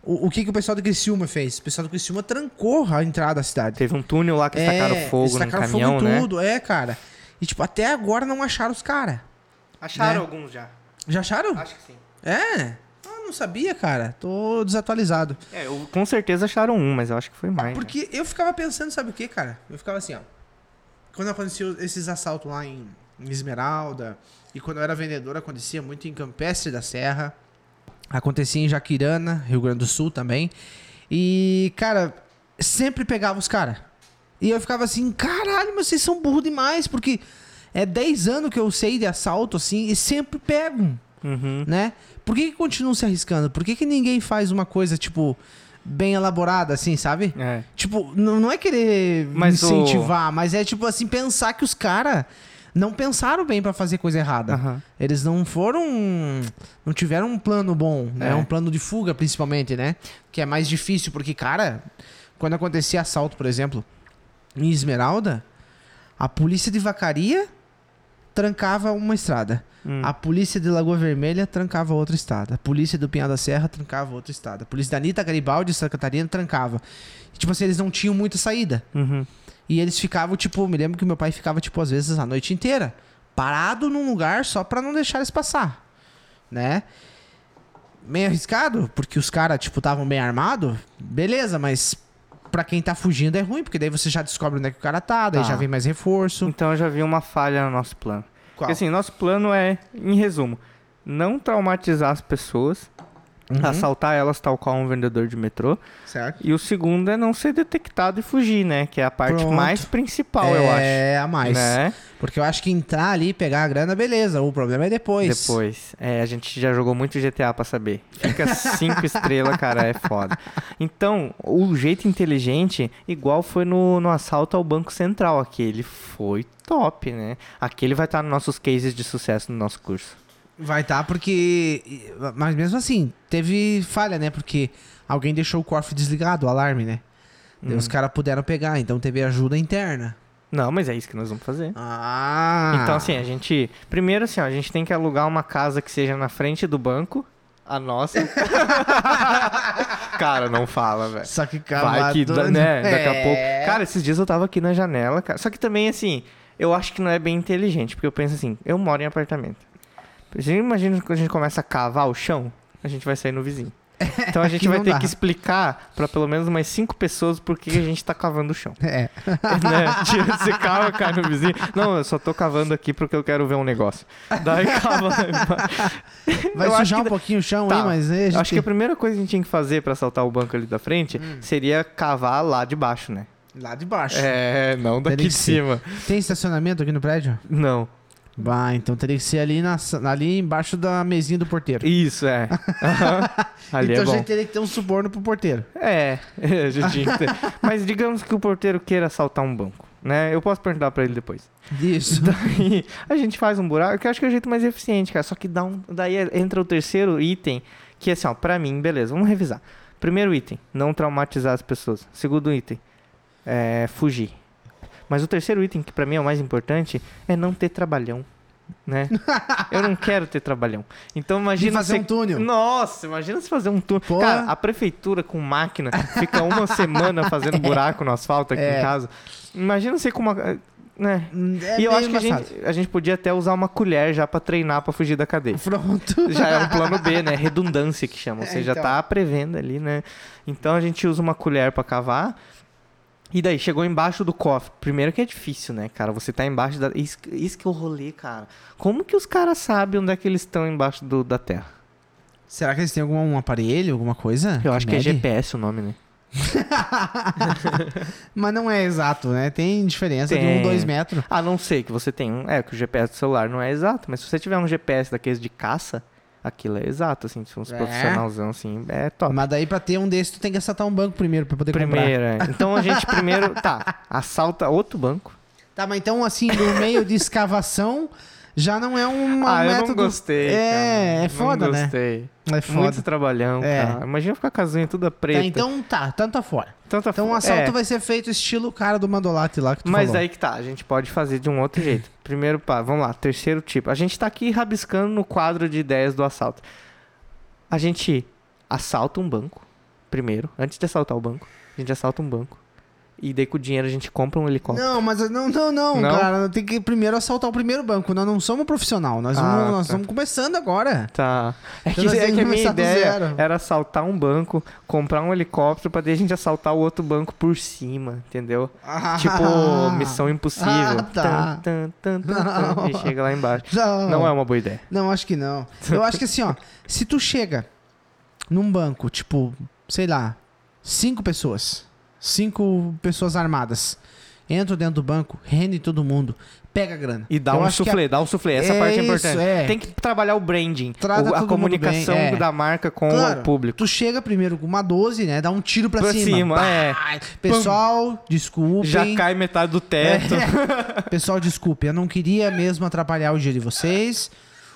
S1: O, o que, que o pessoal do Criciúma fez? O pessoal do Criciúma trancou a entrada da cidade.
S2: Teve um túnel lá que eles tacaram fogo no
S1: É, tacaram
S2: caminhão,
S1: fogo em
S2: né?
S1: tudo, é, cara. E tipo, até agora não acharam os caras.
S2: Acharam
S1: Né?
S2: alguns já.
S1: Já acharam?
S2: que sim.
S1: É. Ah, não sabia, cara. Tô desatualizado.
S2: É, eu, com certeza acharam um, mas eu acho que foi mais. né?
S1: Porque eu ficava pensando, sabe o que, cara? Eu ficava assim, ó. Quando aconteciam esses assaltos lá em, em Esmeralda, e quando eu era vendedor, acontecia muito em Campestre da Serra, acontecia em Jaquirana, Rio Grande do Sul também. E, cara, sempre pegava os caras. E eu ficava assim, caralho, mas vocês são burro demais, porque é 10 anos que eu sei de assalto, assim, e sempre pegam
S2: Uhum.
S1: né? Por que, que continuam se arriscando? Por que, que ninguém faz uma coisa, tipo, bem elaborada, assim, sabe?
S2: É.
S1: Tipo, não não é querer
S2: Mas o-
S1: incentivar, mas é tipo assim, pensar que os caras não pensaram bem pra fazer coisa errada.
S2: Aham.
S1: Eles não foram. Não tiveram um plano bom, né?
S2: É.
S1: Um plano de fuga, principalmente, né? Que é mais difícil, porque, cara, quando acontecia assalto, por exemplo, em Esmeralda, a polícia de vacaria trancava uma estrada. A polícia de Lagoa Vermelha trancava outra estrada. A polícia do Pinhal da Serra trancava outra estrada. A polícia da Anitta Garibaldi, Santa Catarina, trancava. E, tipo assim, eles não tinham muita saída.
S2: Uhum.
S1: E eles ficavam, tipo, me lembro que meu pai ficava, tipo, às vezes a noite inteira, parado num lugar só pra não deixar eles passar, né? Meio arriscado, porque os caras, tipo, estavam bem armados, beleza, mas pra quem tá fugindo é ruim, porque daí você já descobre onde é que o cara tá, daí
S2: Tá.
S1: já vem mais reforço.
S2: Então eu já vi uma falha no nosso plano.
S1: Qual?
S2: Porque assim, nosso plano é, em resumo, não traumatizar as pessoas,
S1: Uhum.
S2: assaltar elas tal qual um vendedor de metrô.
S1: Certo?
S2: E o segundo é não ser detectado e fugir, né? Que é a parte
S1: Pronto.
S2: mais principal, eu acho.
S1: É, a mais.
S2: Né?
S1: Porque eu acho que entrar ali, pegar a grana, beleza. O problema é depois.
S2: Depois. É, a gente já jogou muito GTA pra saber. Fica cinco estrelas, cara, é foda. Então, o jeito inteligente, igual foi no, no assalto ao Banco Central. Aquele foi top, né? Aquele vai estar nos nossos cases de sucesso no nosso curso.
S1: Vai tá, porque. Mas mesmo assim, teve falha, né? Porque alguém deixou o cofre desligado, o alarme, né? Daí
S2: Uhum.
S1: os caras puderam pegar, então teve ajuda interna.
S2: Não, mas é isso que nós vamos fazer.
S1: Ah!
S2: Então, assim, a gente. Primeiro, assim, ó, a gente tem que alugar uma casa que seja na frente do banco. A nossa. cara, não fala, velho.
S1: Só que
S2: Vai que,
S1: calado,
S2: da- né? Daqui a
S1: é.
S2: pouco. Cara, esses dias eu tava aqui na janela, cara. Só que também, assim, eu acho que não é bem inteligente, porque eu penso assim, eu moro em apartamento. Você imagina quando a gente começa a cavar o chão, a gente vai sair no vizinho. Então a gente
S1: Aqui
S2: vai
S1: não
S2: ter
S1: dá.
S2: que explicar pra pelo menos umas cinco pessoas por que a gente tá cavando o chão.
S1: É.
S2: né? Tira esse carro, cai no vizinho. Não, eu só tô cavando aqui porque eu quero ver um negócio. Daí cava.
S1: Vai
S2: Eu acho
S1: sujar
S2: que
S1: um pouquinho o chão
S2: Tá.
S1: aí, mas aí a gente...
S2: Acho que a primeira coisa que a gente tinha que fazer pra assaltar o banco ali da frente
S1: Hum.
S2: seria cavar lá de baixo, né?
S1: Lá de baixo.
S2: É, não
S1: Teria que
S2: daqui de
S1: ser.
S2: cima.
S1: Tem estacionamento aqui no prédio?
S2: Não.
S1: Bah, então teria que ser ali, na, sa- ali embaixo da mesinha do porteiro.
S2: Isso, é. Aham. Ali
S1: então
S2: é
S1: a
S2: bom.
S1: gente teria que ter um suborno pro porteiro.
S2: É, a gente tinha que ter. Mas digamos que o porteiro queira assaltar um banco, né? Eu posso perguntar pra ele depois.
S1: Isso.
S2: Daí a gente faz um buraco, que eu acho que é o jeito mais eficiente, cara. Só que dá um. Daí entra o terceiro item, que é assim, ó, pra mim, beleza, vamos revisar. Primeiro item, não traumatizar as pessoas. Segundo item, é fugir. Mas o terceiro item, que pra mim é o mais importante, é não ter trabalhão. Né? Eu não quero ter trabalhão. Então imagina.
S1: fazer
S2: você-
S1: um túnel.
S2: Nossa, imagina se fazer um túnel.
S1: Pô.
S2: Cara, a prefeitura com máquina fica uma semana fazendo buraco no asfalto aqui em casa. Imagina você com uma. Né?
S1: É
S2: e
S1: meio
S2: eu acho que a
S1: embaçado.
S2: gente, a gente podia até usar uma colher já pra treinar pra fugir da cadeia.
S1: Pronto.
S2: Já é um plano B, né? Redundância que chama. Ou
S1: É,
S2: seja, já
S1: então.
S2: tá à pré-venda ali, né? Então a gente usa uma colher pra cavar. E daí, chegou embaixo do cofre. Primeiro que é difícil, né, cara? Você tá embaixo da. Isso, que- isso que é o rolê, cara. Como que os caras sabem onde é que eles estão embaixo do- da terra?
S1: Será que eles têm algum um aparelho, alguma coisa?
S2: Eu acho que é
S1: mede?
S2: GPS o nome, né?
S1: Mas não é exato, né? Tem diferença de um,
S2: Tem.
S1: dois metros.
S2: A não ser que você tenha um. É, que o GPS do celular não é exato, mas se você tiver um GPS daqueles de caça, aquilo é exato, assim, se for uns
S1: É?
S2: profissionalzão, assim, é top.
S1: Mas daí pra ter um desses, tu tem que assaltar um banco primeiro pra poder comprar.
S2: Primeiro, é. Então a gente primeiro. Tá, assalta outro banco.
S1: Tá, mas então assim, no meio de escavação, já não é um
S2: ah,
S1: um
S2: eu
S1: método...
S2: não gostei.
S1: É,
S2: cara.
S1: é foda,
S2: não
S1: né?
S2: gostei.
S1: É
S2: Muito
S1: foda.
S2: trabalhão,
S1: É.
S2: cara. Imagina ficar com as unhas toda preta.
S1: Tá, então tá, tanto tá fora.
S2: Tanta
S1: Então o
S2: fo-
S1: assalto
S2: é.
S1: vai ser feito estilo o cara do Mandolate lá que tu
S2: Mas
S1: falou.
S2: aí que tá, a gente pode fazer de um outro jeito. Primeiro, pá, vamos lá, terceiro tipo. A gente tá aqui rabiscando no quadro de ideias do assalto. A gente assalta um banco, primeiro, antes de assaltar o banco. A gente assalta um banco. E daí com o dinheiro a gente compra um helicóptero.
S1: Não, mas não, não, não,
S2: Não?
S1: cara. Tem que primeiro assaltar o primeiro banco. Nós não somos profissional. Nós,
S2: Ah,
S1: vamos, nós
S2: tá.
S1: estamos começando agora.
S2: Tá. É que,
S1: Então nós
S2: é
S1: temos
S2: que
S1: que
S2: a minha
S1: começar do
S2: ideia
S1: zero.
S2: era assaltar um banco, comprar um helicóptero pra daí a gente assaltar o outro banco por cima, entendeu?
S1: Ah.
S2: Tipo, missão impossível.
S1: Ah, tá.
S2: Tan, tan, tan, tan,
S1: Não.
S2: E chega lá embaixo.
S1: Não.
S2: Não é uma boa ideia.
S1: Não, acho que não. Eu acho que assim, ó. Se tu chega num banco, tipo, sei lá, cinco pessoas. Cinco pessoas armadas. Entra dentro do banco, rende todo mundo, pega a grana.
S2: E dá
S1: Eu
S2: um
S1: acho que a-
S2: suflê, dá um suflê. Essa
S1: É
S2: parte é
S1: isso,
S2: importante.
S1: é.
S2: Tem que trabalhar o branding,
S1: Trata
S2: o-
S1: todo
S2: a
S1: mundo
S2: comunicação
S1: bem, é.
S2: da marca com
S1: Claro,
S2: o público.
S1: Tu chega primeiro com uma 12, né? Dá um tiro pra,
S2: Pra
S1: cima.
S2: cima,
S1: Pá!
S2: é.
S1: Pessoal, desculpem.
S2: Já cai metade do teto.
S1: É, Pessoal, desculpe, eu não queria mesmo atrapalhar o dia de vocês.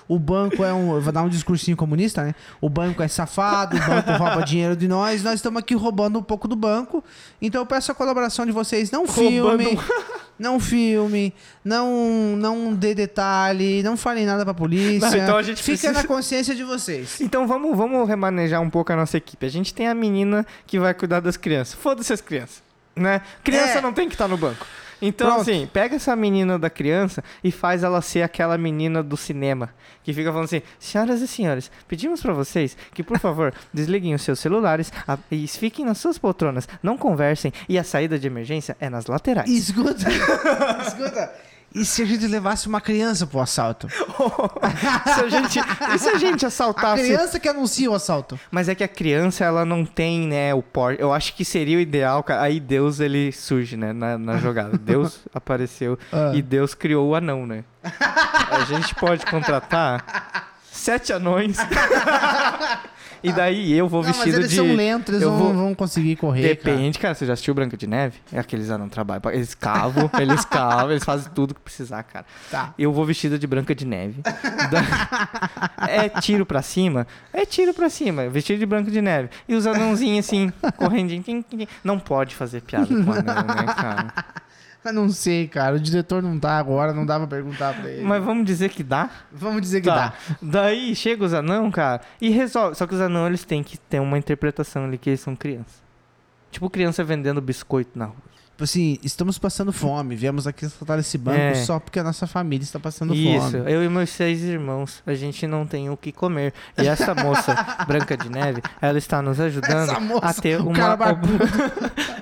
S1: O banco é um. eu Vou dar um discursinho comunista, né? O banco é safado, o banco rouba dinheiro de nós, nós estamos aqui roubando um pouco do banco. Então eu peço a colaboração de vocês. Não
S2: Roubando
S1: filme. Não filme. Não, não dê detalhe. Não falem nada pra polícia.
S2: Não, então a gente
S1: Fica
S2: precisa-
S1: na consciência de vocês.
S2: Então vamos, vamos remanejar um pouco a nossa equipe. A gente tem a menina que vai cuidar das crianças. Foda-se as crianças, né? Criança
S1: É.
S2: não tem que estar no banco. Então,
S1: Pronto.
S2: assim, pega essa menina da criança e faz ela ser aquela menina do cinema. Que fica falando assim, senhoras e senhores, pedimos pra vocês que, por favor, desliguem os seus celulares a- e fiquem nas suas poltronas, não conversem e a saída de emergência é nas laterais.
S1: Escuta. Escuta. E se a gente levasse uma criança pro assalto?
S2: se a gente, e se a gente
S1: A
S2: assaltasse
S1: criança que anuncia o assalto.
S2: Mas é que a criança, ela não tem, né, o porte. Eu acho que seria o ideal, cara. Aí Deus, ele surge, né, na, na jogada. Deus apareceu
S1: Ah.
S2: e Deus criou o anão, né? A gente pode contratar sete anões. e daí eu vou
S1: Não, mas
S2: vestido
S1: eles
S2: de...
S1: são lentos, eles
S2: eu
S1: não
S2: vou-
S1: vão conseguir correr. cara.
S2: Depende, cara. Você já assistiu Branca de Neve? É aqueles anão trabalham. pra- Eles cavam, eles cavam, eles fazem tudo que precisar, cara.
S1: Tá.
S2: Eu vou vestido de Branca de Neve. Da- É tiro pra cima? É tiro pra cima. Vestido de Branca de Neve. E os anãozinhos assim, correndinho. tim, tim, tim. Não pode fazer piada com anão, né, cara?
S1: Eu não sei, cara. O diretor não tá agora, não dá pra perguntar pra ele.
S2: Mas vamos dizer que dá?
S1: Vamos dizer que
S2: Tá.
S1: dá.
S2: Daí chega os anão, cara, e resolve. Só que os anão, eles têm que ter uma interpretação ali que eles são crianças. Tipo criança vendendo biscoito na rua.
S1: Tipo assim, estamos passando fome. Viemos aqui assaltar esse banco
S2: É.
S1: só porque a nossa família está passando
S2: Isso,
S1: fome.
S2: eu e meus seis irmãos, a gente não tem o que comer. E essa moça, Branca de Neve, ela está nos ajudando
S1: Essa moça,
S2: a ter
S1: o
S2: uma
S1: cara barbudo.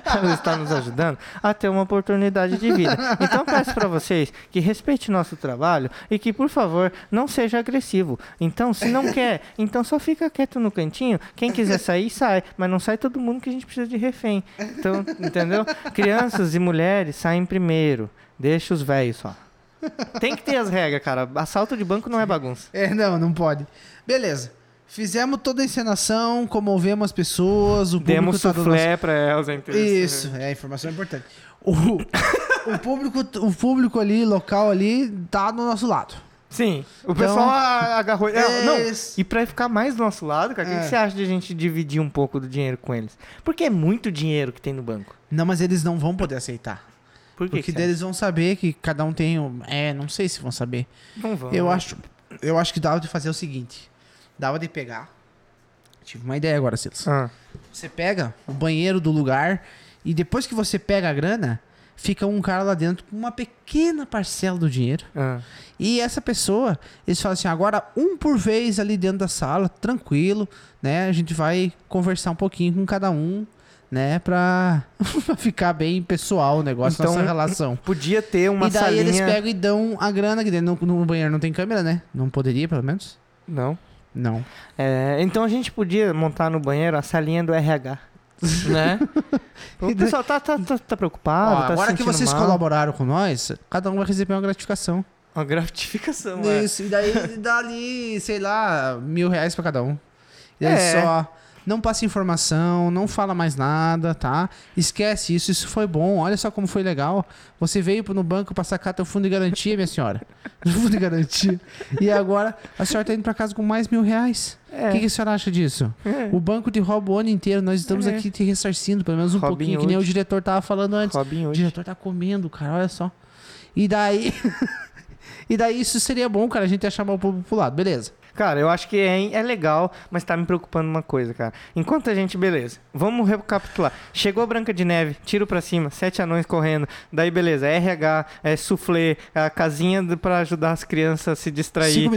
S2: ela está nos ajudando a ter uma oportunidade de vida. Então eu peço para vocês que respeitem nosso trabalho e que, por favor, não seja agressivo. Então, se não quer, então só fica quieto no cantinho. Quem quiser sair, sai. Mas não sai todo mundo que a gente precisa de refém. Então, entendeu? Crianças e mulheres saem primeiro. Deixa os velhos só. Tem que ter as regras, cara. Assalto de banco não é bagunça.
S1: É, não, não pode. Beleza. Fizemos toda a encenação, comovemos as pessoas, o público
S2: Demos
S1: tá dando as-
S2: suflé pra Elza, entendeu?
S1: Isso, é informação importante. O, o público, o público ali, local ali, tá do nosso lado.
S2: Sim. O
S1: Então,
S2: pessoal a- agarrou. É, não.
S1: Isso.
S2: E pra ficar mais do nosso lado, cara, o que
S1: É.
S2: que você acha de a gente dividir um pouco do dinheiro com eles? Porque é muito dinheiro que tem no banco.
S1: Não, mas eles não vão poder aceitar.
S2: Por que
S1: Porque
S2: que
S1: daí eles vão saber que cada um tem um. É, não sei se vão saber.
S2: você acha? Não né? vão.
S1: Eu acho, eu acho que dava de fazer o seguinte: dava de pegar. Tive uma ideia agora, Silas.
S2: Ah.
S1: Você pega o banheiro do lugar e depois que você pega a grana, fica um cara lá dentro com uma pequena parcela do dinheiro.
S2: Ah.
S1: E essa pessoa, eles falam assim: agora um por vez ali dentro da sala, tranquilo, né? A gente vai conversar um pouquinho com cada um. Né, pra, pra ficar bem pessoal o negócio,
S2: Então,
S1: nossa relação
S2: Podia ter uma
S1: e daí
S2: salinha...
S1: eles pegam e dão a grana que dentro no, no banheiro não tem câmera, né? Não poderia, pelo menos?
S2: Não.
S1: Não.
S2: É, então a gente podia montar no banheiro a salinha do RH. né? O pessoal tá, tá, tá, tá preocupado,
S1: Ó,
S2: tá se
S1: agora que
S2: sentindo
S1: vocês
S2: mal.
S1: colaboraram com nós, cada um vai receber uma gratificação.
S2: Uma gratificação, é.
S1: Isso, e daí dá ali, sei lá, mil reais pra cada um. E aí
S2: É.
S1: só. Não passa informação, não fala mais nada, tá? Esquece isso, isso foi bom. Olha só como foi legal. Você veio pro- no banco pra sacar teu fundo de garantia, minha senhora. fundo de garantia. E agora a senhora tá indo pra casa com mais mil reais. O
S2: É.
S1: que, que a senhora acha disso? O banco te rouba o ano inteiro. Nós estamos aqui te ressarcindo, pelo menos um
S2: É. Robin
S1: pouquinho, que nem o
S2: Hood.
S1: diretor tava falando antes.
S2: Robin
S1: O
S2: hoje.
S1: diretor tá comendo, cara, olha só. E daí. e daí isso seria bom, cara, a gente ia chamar o povo pro lado, beleza.
S2: Cara, eu acho que é, é legal, mas tá me preocupando uma coisa, cara. Enquanto a gente, beleza, vamos recapitular. Chegou a Branca de Neve, tiro pra cima, sete anões correndo. Daí, beleza, RH, é soufflé, a casinha do- pra ajudar as crianças a se distrair.
S1: Cinco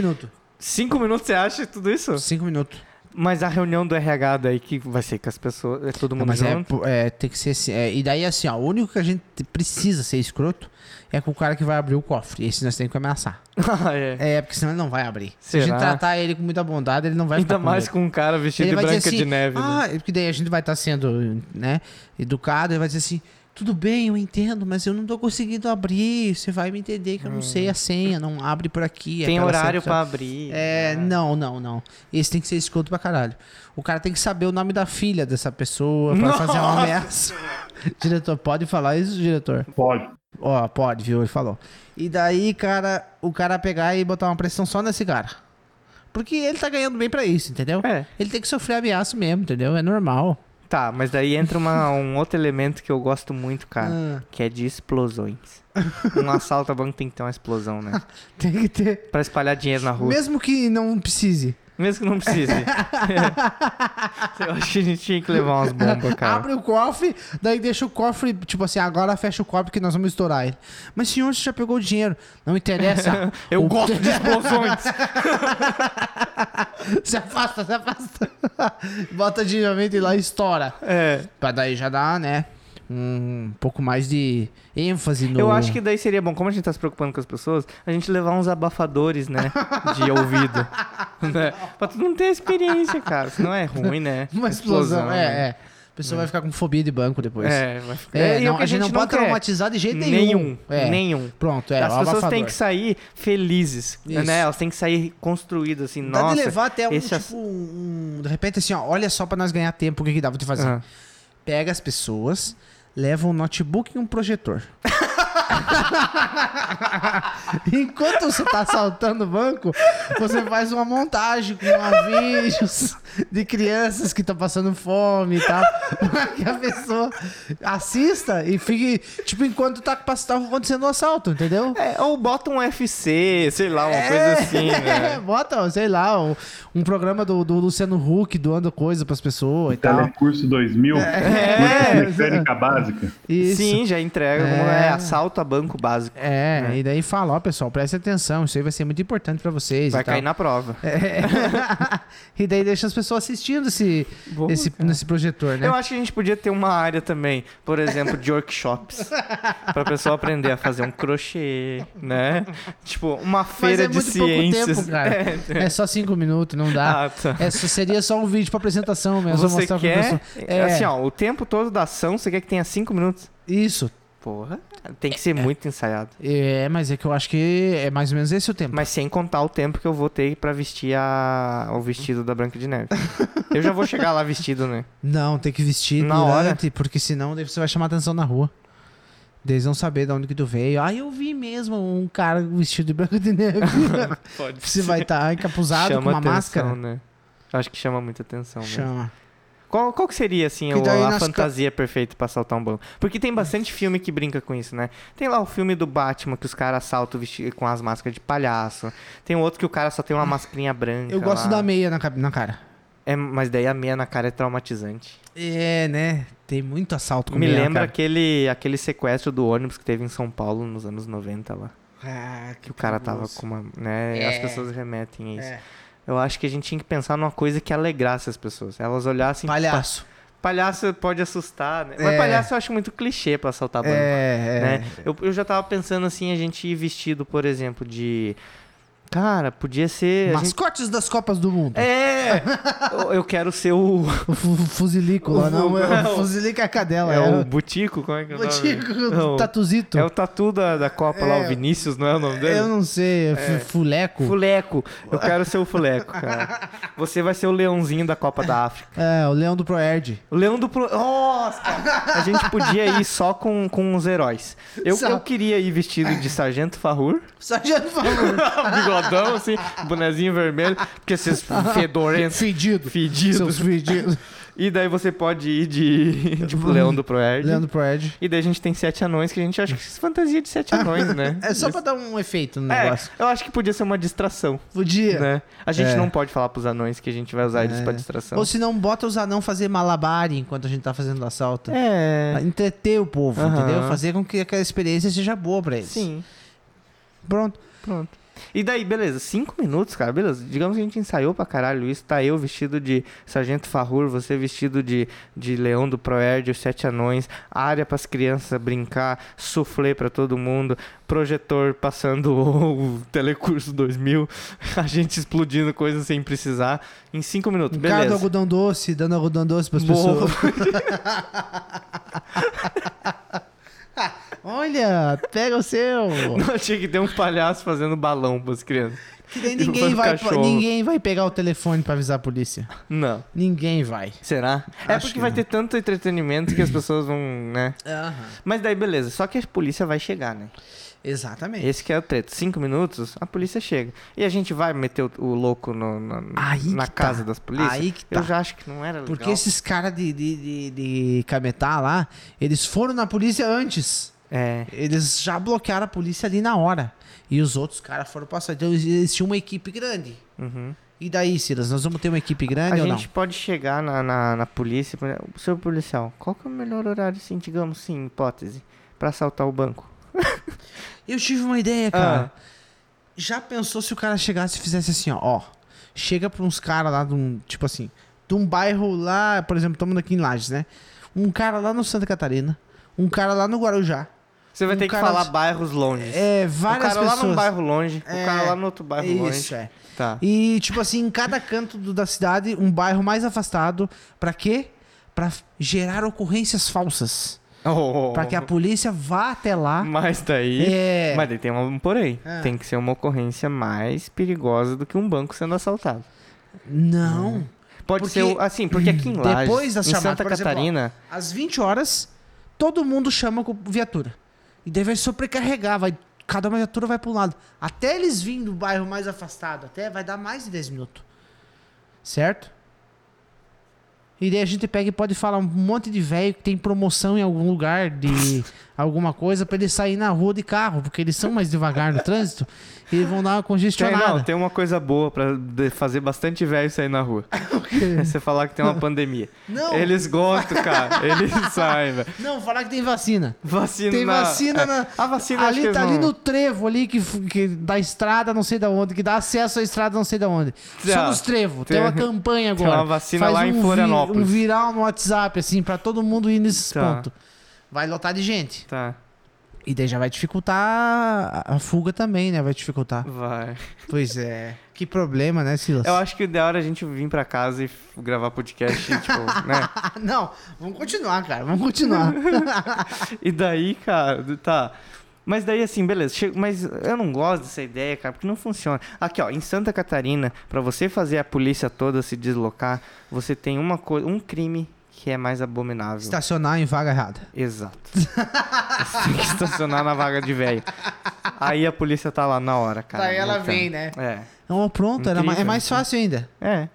S2: Cinco,
S1: minutos.
S2: minutos você acha tudo isso?
S1: Cinco minutos.
S2: Mas a reunião do RH daí que vai ser com as pessoas, é todo
S1: Não,
S2: mundo
S1: mas é,
S2: junto.
S1: pô, é, tem que ser assim. é, e daí, assim, ó, o único que a gente precisa ser escroto é com o cara que vai abrir o cofre. Esse nós temos que ameaçar.
S2: Ah, é.
S1: É, porque senão ele não vai abrir. Se a
S2: Será?
S1: gente tratar ele com muita bondade, ele não vai ficar
S2: Ainda
S1: com
S2: mais
S1: medo.
S2: com um cara vestido
S1: ele
S2: de
S1: vai
S2: branca
S1: dizer assim,
S2: de neve. né?
S1: Ah, porque daí a gente vai estar sendo, né, educado. Ele vai dizer assim, tudo bem, eu entendo, mas eu não tô conseguindo abrir. Você vai me entender que eu
S2: Hum.
S1: não sei a senha, não abre por aqui.
S2: Tem
S1: aquela
S2: horário
S1: senha-
S2: pra abrir. né?
S1: É, não, não, não. Esse tem que ser escroto pra caralho. O cara tem que saber o nome da filha dessa pessoa pra fazer uma
S2: Nossa
S1: ameaça. diretor, pode falar isso, diretor?
S3: Pode.
S1: Ó, pode, viu? Ele falou. E daí, cara, o cara pegar e botar uma pressão só nesse cara. Porque ele tá ganhando bem pra isso, entendeu?
S2: É.
S1: Ele tem que sofrer ameaça mesmo, entendeu? É normal.
S2: Tá, mas daí entra uma- um outro elemento que eu gosto muito, cara,
S1: Ah,
S2: que é de explosões. Um assalto a banco tem que ter uma explosão, né?
S1: tem que ter.
S2: Pra espalhar dinheiro na rua.
S1: Mesmo
S2: Mesmo,
S1: que não precise.
S2: que não precise. eu acho que a gente tinha que levar umas bombas, cara.
S1: Abre o cofre, daí deixa o cofre, tipo assim, agora fecha o cofre que nós vamos estourar ele. Mas senhor, você já pegou o dinheiro. Não interessa.
S2: Eu
S1: O-
S2: gosto de explosões.
S1: se afasta, se afasta. Bota dinamite lá e estoura.
S2: É.
S1: Pra daí já dar, né? Um pouco mais de ênfase no.
S2: Eu acho que daí seria bom, como a gente tá se preocupando com as pessoas, a gente levar uns abafadores, né? De ouvido. né? Pra tu não ter a experiência, cara. Senão é ruim, né?
S1: Uma explosão.
S2: né?
S1: é, é. A pessoa vai ficar com fobia de banco depois.
S2: É, vai ficar.
S1: É,
S2: e
S1: não,
S2: o que
S1: a gente não pode
S2: quer.
S1: traumatizar de jeito nenhum.
S2: Nenhum.
S1: É.
S2: Nenhum.
S1: Pronto, é.
S2: As
S1: o
S2: pessoas
S1: abafador.
S2: têm que sair felizes,
S1: Isso.
S2: né? Elas têm que sair construídas, assim,
S1: Dá
S2: nossa.
S1: de levar até um,
S2: esse é
S1: tipo,
S2: ass-
S1: um, um- De repente, assim, ó, olha só pra nós ganhar tempo, o que, que dava de fazer.
S2: Ah.
S1: Pega as pessoas, leva um notebook e um projetor. Enquanto você tá assaltando o banco, você faz uma montagem com avisos de crianças que estão passando fome e tal. Pra que a pessoa assista e fique, tipo, enquanto tá, tá acontecendo o assalto, entendeu?
S2: É, ou bota um UFC, sei lá, uma coisa assim,
S1: É,
S2: né?
S1: bota, sei lá, um, um programa do, do Luciano Huck doando coisa pras pessoas e
S3: Tá
S1: tal.
S3: Telecurso 2000.
S2: É.
S3: Mecânica básica.
S1: Isso.
S2: Sim, já entrega. como
S1: É.
S2: É. assalto a banco básico.
S1: É, e daí fala, ó, pessoal, prestem atenção, isso aí vai ser muito importante pra vocês.
S2: Vai
S1: e tal.
S2: cair na prova.
S1: É. e daí deixa as pessoas assistindo esse,
S2: Boa,
S1: esse, nesse projetor, né?
S2: Eu acho que a gente podia ter uma área também, por exemplo, de workshops. pra pessoa aprender a fazer um crochê, né? Tipo, uma feira
S1: é
S2: de ciências.
S1: cara. É, só cinco minutos, não dá.
S2: Ah, tá.
S1: É, só- seria só um vídeo pra apresentação mesmo.
S2: Você
S1: mostrar pra
S2: quer.
S1: pessoa. É,
S2: Assim, ó, o tempo todo da ação, você quer que tenha cinco minutos?
S1: Isso.
S2: Porra. Tem que ser muito ensaiado.
S1: É, mas é que eu acho que é mais ou menos esse o tempo.
S2: Mas sem contar o tempo que eu vou ter pra vestir a... o vestido da Branca de Neve. Eu já vou chegar lá vestido, né?
S1: Não, tem que vestir
S2: Na
S1: durante, porque senão daí você vai chamar atenção na rua. Eles vão saber de onde que tu veio. Ah, eu vi mesmo um cara vestido de branco de neve.
S2: Pode
S1: você vai estar encapuzado com uma
S2: atenção,
S1: máscara.
S2: né? Acho que chama muita atenção, né?
S1: Chama.
S2: Qual, qual que seria, assim,
S1: Que
S2: o-
S1: daí
S2: a
S1: nas ca-
S2: fantasia perfeita pra assaltar um banco? Porque tem bastante filme que brinca com isso, né? Tem lá o filme do Batman que os caras assaltam vesti- com as máscaras de palhaço. Tem outro que o cara só tem uma mascarinha branca.
S1: Eu gosto
S2: lá.
S1: da meia na, ca- na cara.
S2: É, mas daí a meia na cara é traumatizante.
S1: É, né? Tem muito assalto com
S2: Me
S1: meia na
S2: lembra
S1: cara.
S2: aquele, aquele sequestro do ônibus que teve em São Paulo nos anos 90 lá.
S1: Ah, que
S2: Que o cara tava com uma. Né? As
S1: É.
S2: pessoas remetem a isso.
S1: É.
S2: Eu acho que a gente tinha que pensar numa coisa que alegrasse as pessoas. Elas olhassem.
S1: Palhaço.
S2: "Pa- Palhaço pode assustar, né? Mas
S1: É.
S2: palhaço eu acho muito clichê pra assaltar banco.
S1: É, é.
S2: né? Eu, eu já tava pensando assim, a gente ir vestido, por exemplo, de. Cara, podia ser. a gente-
S1: Mascotes das Copas do Mundo.
S2: É! eu, eu quero ser o.
S1: O fu- fuzilico lá,
S2: O-
S1: não. É o
S2: não.
S1: fuzilico é a cadela.
S2: É,
S1: É,
S2: o Butico? Como é que é o
S1: o
S2: nome?
S1: Tico
S2: É
S1: do
S2: o-
S1: Tatuzito.
S2: É o tatu da, da Copa lá,
S1: É.
S2: o Vinícius, não é o nome
S1: Eu
S2: dele?
S1: não sei, é. fu- fuleco.
S2: Fuleco. Eu quero ser o Fuleco, cara. Você vai ser o leãozinho da Copa da África.
S1: É, o leão do Proerd.
S2: O leão do pro... Nossa! cara. A gente podia ir só com, com os heróis. Eu,
S1: Só.
S2: eu queria ir vestido de Sargento Farrur.
S1: Sargento falou.
S2: bigodão, assim, bonezinho vermelho. Porque esses fedorentos
S1: Fedido.
S2: fedidos.
S1: Seus fedidos.
S2: E daí você pode ir de, tipo, Leão do Proerd.
S1: Leandro Proed.
S2: E daí a gente tem sete anões, que a gente acha que isso é fantasia de sete anões, né?
S1: É só pra dar um efeito no
S2: É,
S1: negócio.
S2: eu acho que podia ser uma distração,
S1: Podia.
S2: né? A gente
S1: É.
S2: não pode falar pros anões que a gente vai usar eles pra distração.
S1: Ou se não, bota os anão fazer malabar enquanto a gente tá fazendo o assalto. Pra
S2: É,
S1: Entreter o povo,
S2: Aham.
S1: entendeu? Fazer com que aquela experiência seja boa pra eles.
S2: sim,
S1: Pronto.
S2: pronto. E daí, beleza, cinco minutos, cara, beleza. Digamos que a gente ensaiou pra caralho isso. Tá eu vestido de Sargento Farrur, você vestido de, de Leão do Proerd, os Sete Anões, área pras crianças brincar, suflê pra todo mundo, projetor passando o, o Telecurso 2000, a gente explodindo coisas sem precisar. Em cinco minutos,
S1: Beleza. Cada
S2: beleza.
S1: algodão doce, dando algodão doce pras
S2: Boa.
S1: pessoas. Olha, pega o seu.
S2: Não, tinha que ter um palhaço fazendo balão pras crianças.
S1: Que nem
S2: Eu
S1: ninguém
S2: vou
S1: vai,
S2: cachorro.
S1: ninguém vai pegar o telefone pra avisar a polícia.
S2: Não.
S1: Ninguém vai.
S2: Será? é
S1: Acho
S2: porque
S1: que
S2: vai
S1: não.
S2: ter tanto entretenimento que as pessoas vão, né? Mas daí, beleza. Só que a polícia vai chegar, né?
S1: Exatamente.
S2: Esse que é o treto. Cinco minutos, a polícia chega. E a gente vai meter o, o louco no- na-
S1: Aí
S2: na
S1: que tá.
S2: casa das polícias?
S1: Aí que
S2: Eu
S1: tá.
S2: já acho que não era legal.
S1: Porque esses caras de, de, de, de cametá lá, eles foram na polícia antes.
S2: É...
S1: Eles já bloquearam a polícia ali na hora. E os outros caras foram passar. Então eles- eles tinham uma equipe grande.
S2: Uhum.
S1: E daí, Silas, nós vamos ter uma equipe
S2: A
S1: grande ou
S2: gente pode chegar na, na, na polícia e perguntar, Seu policial, qual que é o melhor horário, assim, digamos sim, hipótese, pra assaltar o banco? Tá.
S1: não? Eu tive uma ideia,
S2: Ah.
S1: cara. Já pensou se o cara chegasse e fizesse assim, ó, ó. Chega pra uns caras lá de um, tipo assim, de um bairro lá, por exemplo, estamos aqui em Lages, né? Um cara lá no Santa Catarina, um cara lá no Guarujá.
S2: Você vai
S1: Um
S2: ter que
S1: cara-
S2: falar bairros longe.
S1: É,
S2: o
S1: várias
S2: Um cara
S1: pessoas.
S2: lá num bairro longe,
S1: É,
S2: o cara lá no outro bairro longe.
S1: Isso, é.
S2: Tá.
S1: E, tipo assim, em cada canto do- da cidade, um bairro mais afastado. Pra quê? Pra gerar ocorrências falsas.
S2: Oh,
S1: Pra que a polícia vá até lá.
S2: Mas daí.
S1: Ah. É.
S2: Mas daí tem um porém.
S1: Ah.
S2: Tem que ser uma ocorrência mais perigosa do que um banco sendo assaltado. Hum.
S1: Não.
S2: Pode
S1: Porque-
S2: ser o- assim, porque aqui em Lages,
S1: Depois da
S2: em
S1: chamada,
S2: Santa
S1: por exemplo,
S2: Catarina,
S1: Às 20 horas, todo mundo chama com viatura. E daí vai sobrecarregar, vai, cada uma viatura vai para um lado. Até eles virem do bairro mais afastado, até vai dar mais de 10 minutos. Certo? E daí a gente pega e pode falar um monte de velho que tem promoção em algum lugar de alguma coisa pra eles sair na rua de carro, porque eles são mais devagar no trânsito e vão dar uma
S2: tem,
S1: congestionada.
S2: não, tem uma coisa boa pra de- fazer bastante velho sair na rua. É você falar que tem uma pandemia.
S1: Não.
S2: Eles gostam, cara. Eles saem, velho.
S1: Não, falar que tem vacina.
S2: Vacina.
S1: Tem vacina
S2: é.
S1: na.
S2: A vacina acho que
S1: ali,
S2: eles
S1: tá ali
S2: não-
S1: no trevo ali que, f- que da estrada não sei da onde, que dá acesso à estrada não sei da onde. Só
S2: Tá.
S1: nos trevos. Tem,
S2: Tem-
S1: uma campanha
S2: tem
S1: agora.
S2: uma vacina
S1: Faz
S2: lá em
S1: um vi-
S2: Florianópolis.
S1: um viral no WhatsApp assim pra todo mundo ir nesses
S2: Tá.
S1: pontos. Vai lotar de gente.
S2: Tá,
S1: E daí já vai dificultar a- a fuga também, né? Vai dificultar.
S2: vai.
S1: pois é. Que problema, né, Silas?
S2: Eu acho que o ideal era a gente vir pra casa e f- gravar podcast, e, tipo, né?
S1: Ah, não. Vamos continuar, cara. Vamos continuar.
S2: E daí, cara, tá. Mas daí, assim, beleza. che- Mas eu não gosto dessa ideia, cara, porque não funciona. Aqui, ó, em Santa Catarina, pra você fazer a polícia toda se deslocar, você tem uma coisa, um crime que é mais abominável.
S1: Estacionar em vaga errada.
S2: Exato. Você tem que estacionar na vaga de velho. Aí a polícia tá lá na hora, cara.
S1: Daí ela
S2: multando.
S1: vem, né?
S2: É.
S1: Então, pronto. era ma- é
S2: Incrível,
S1: mais fácil ainda.
S2: É.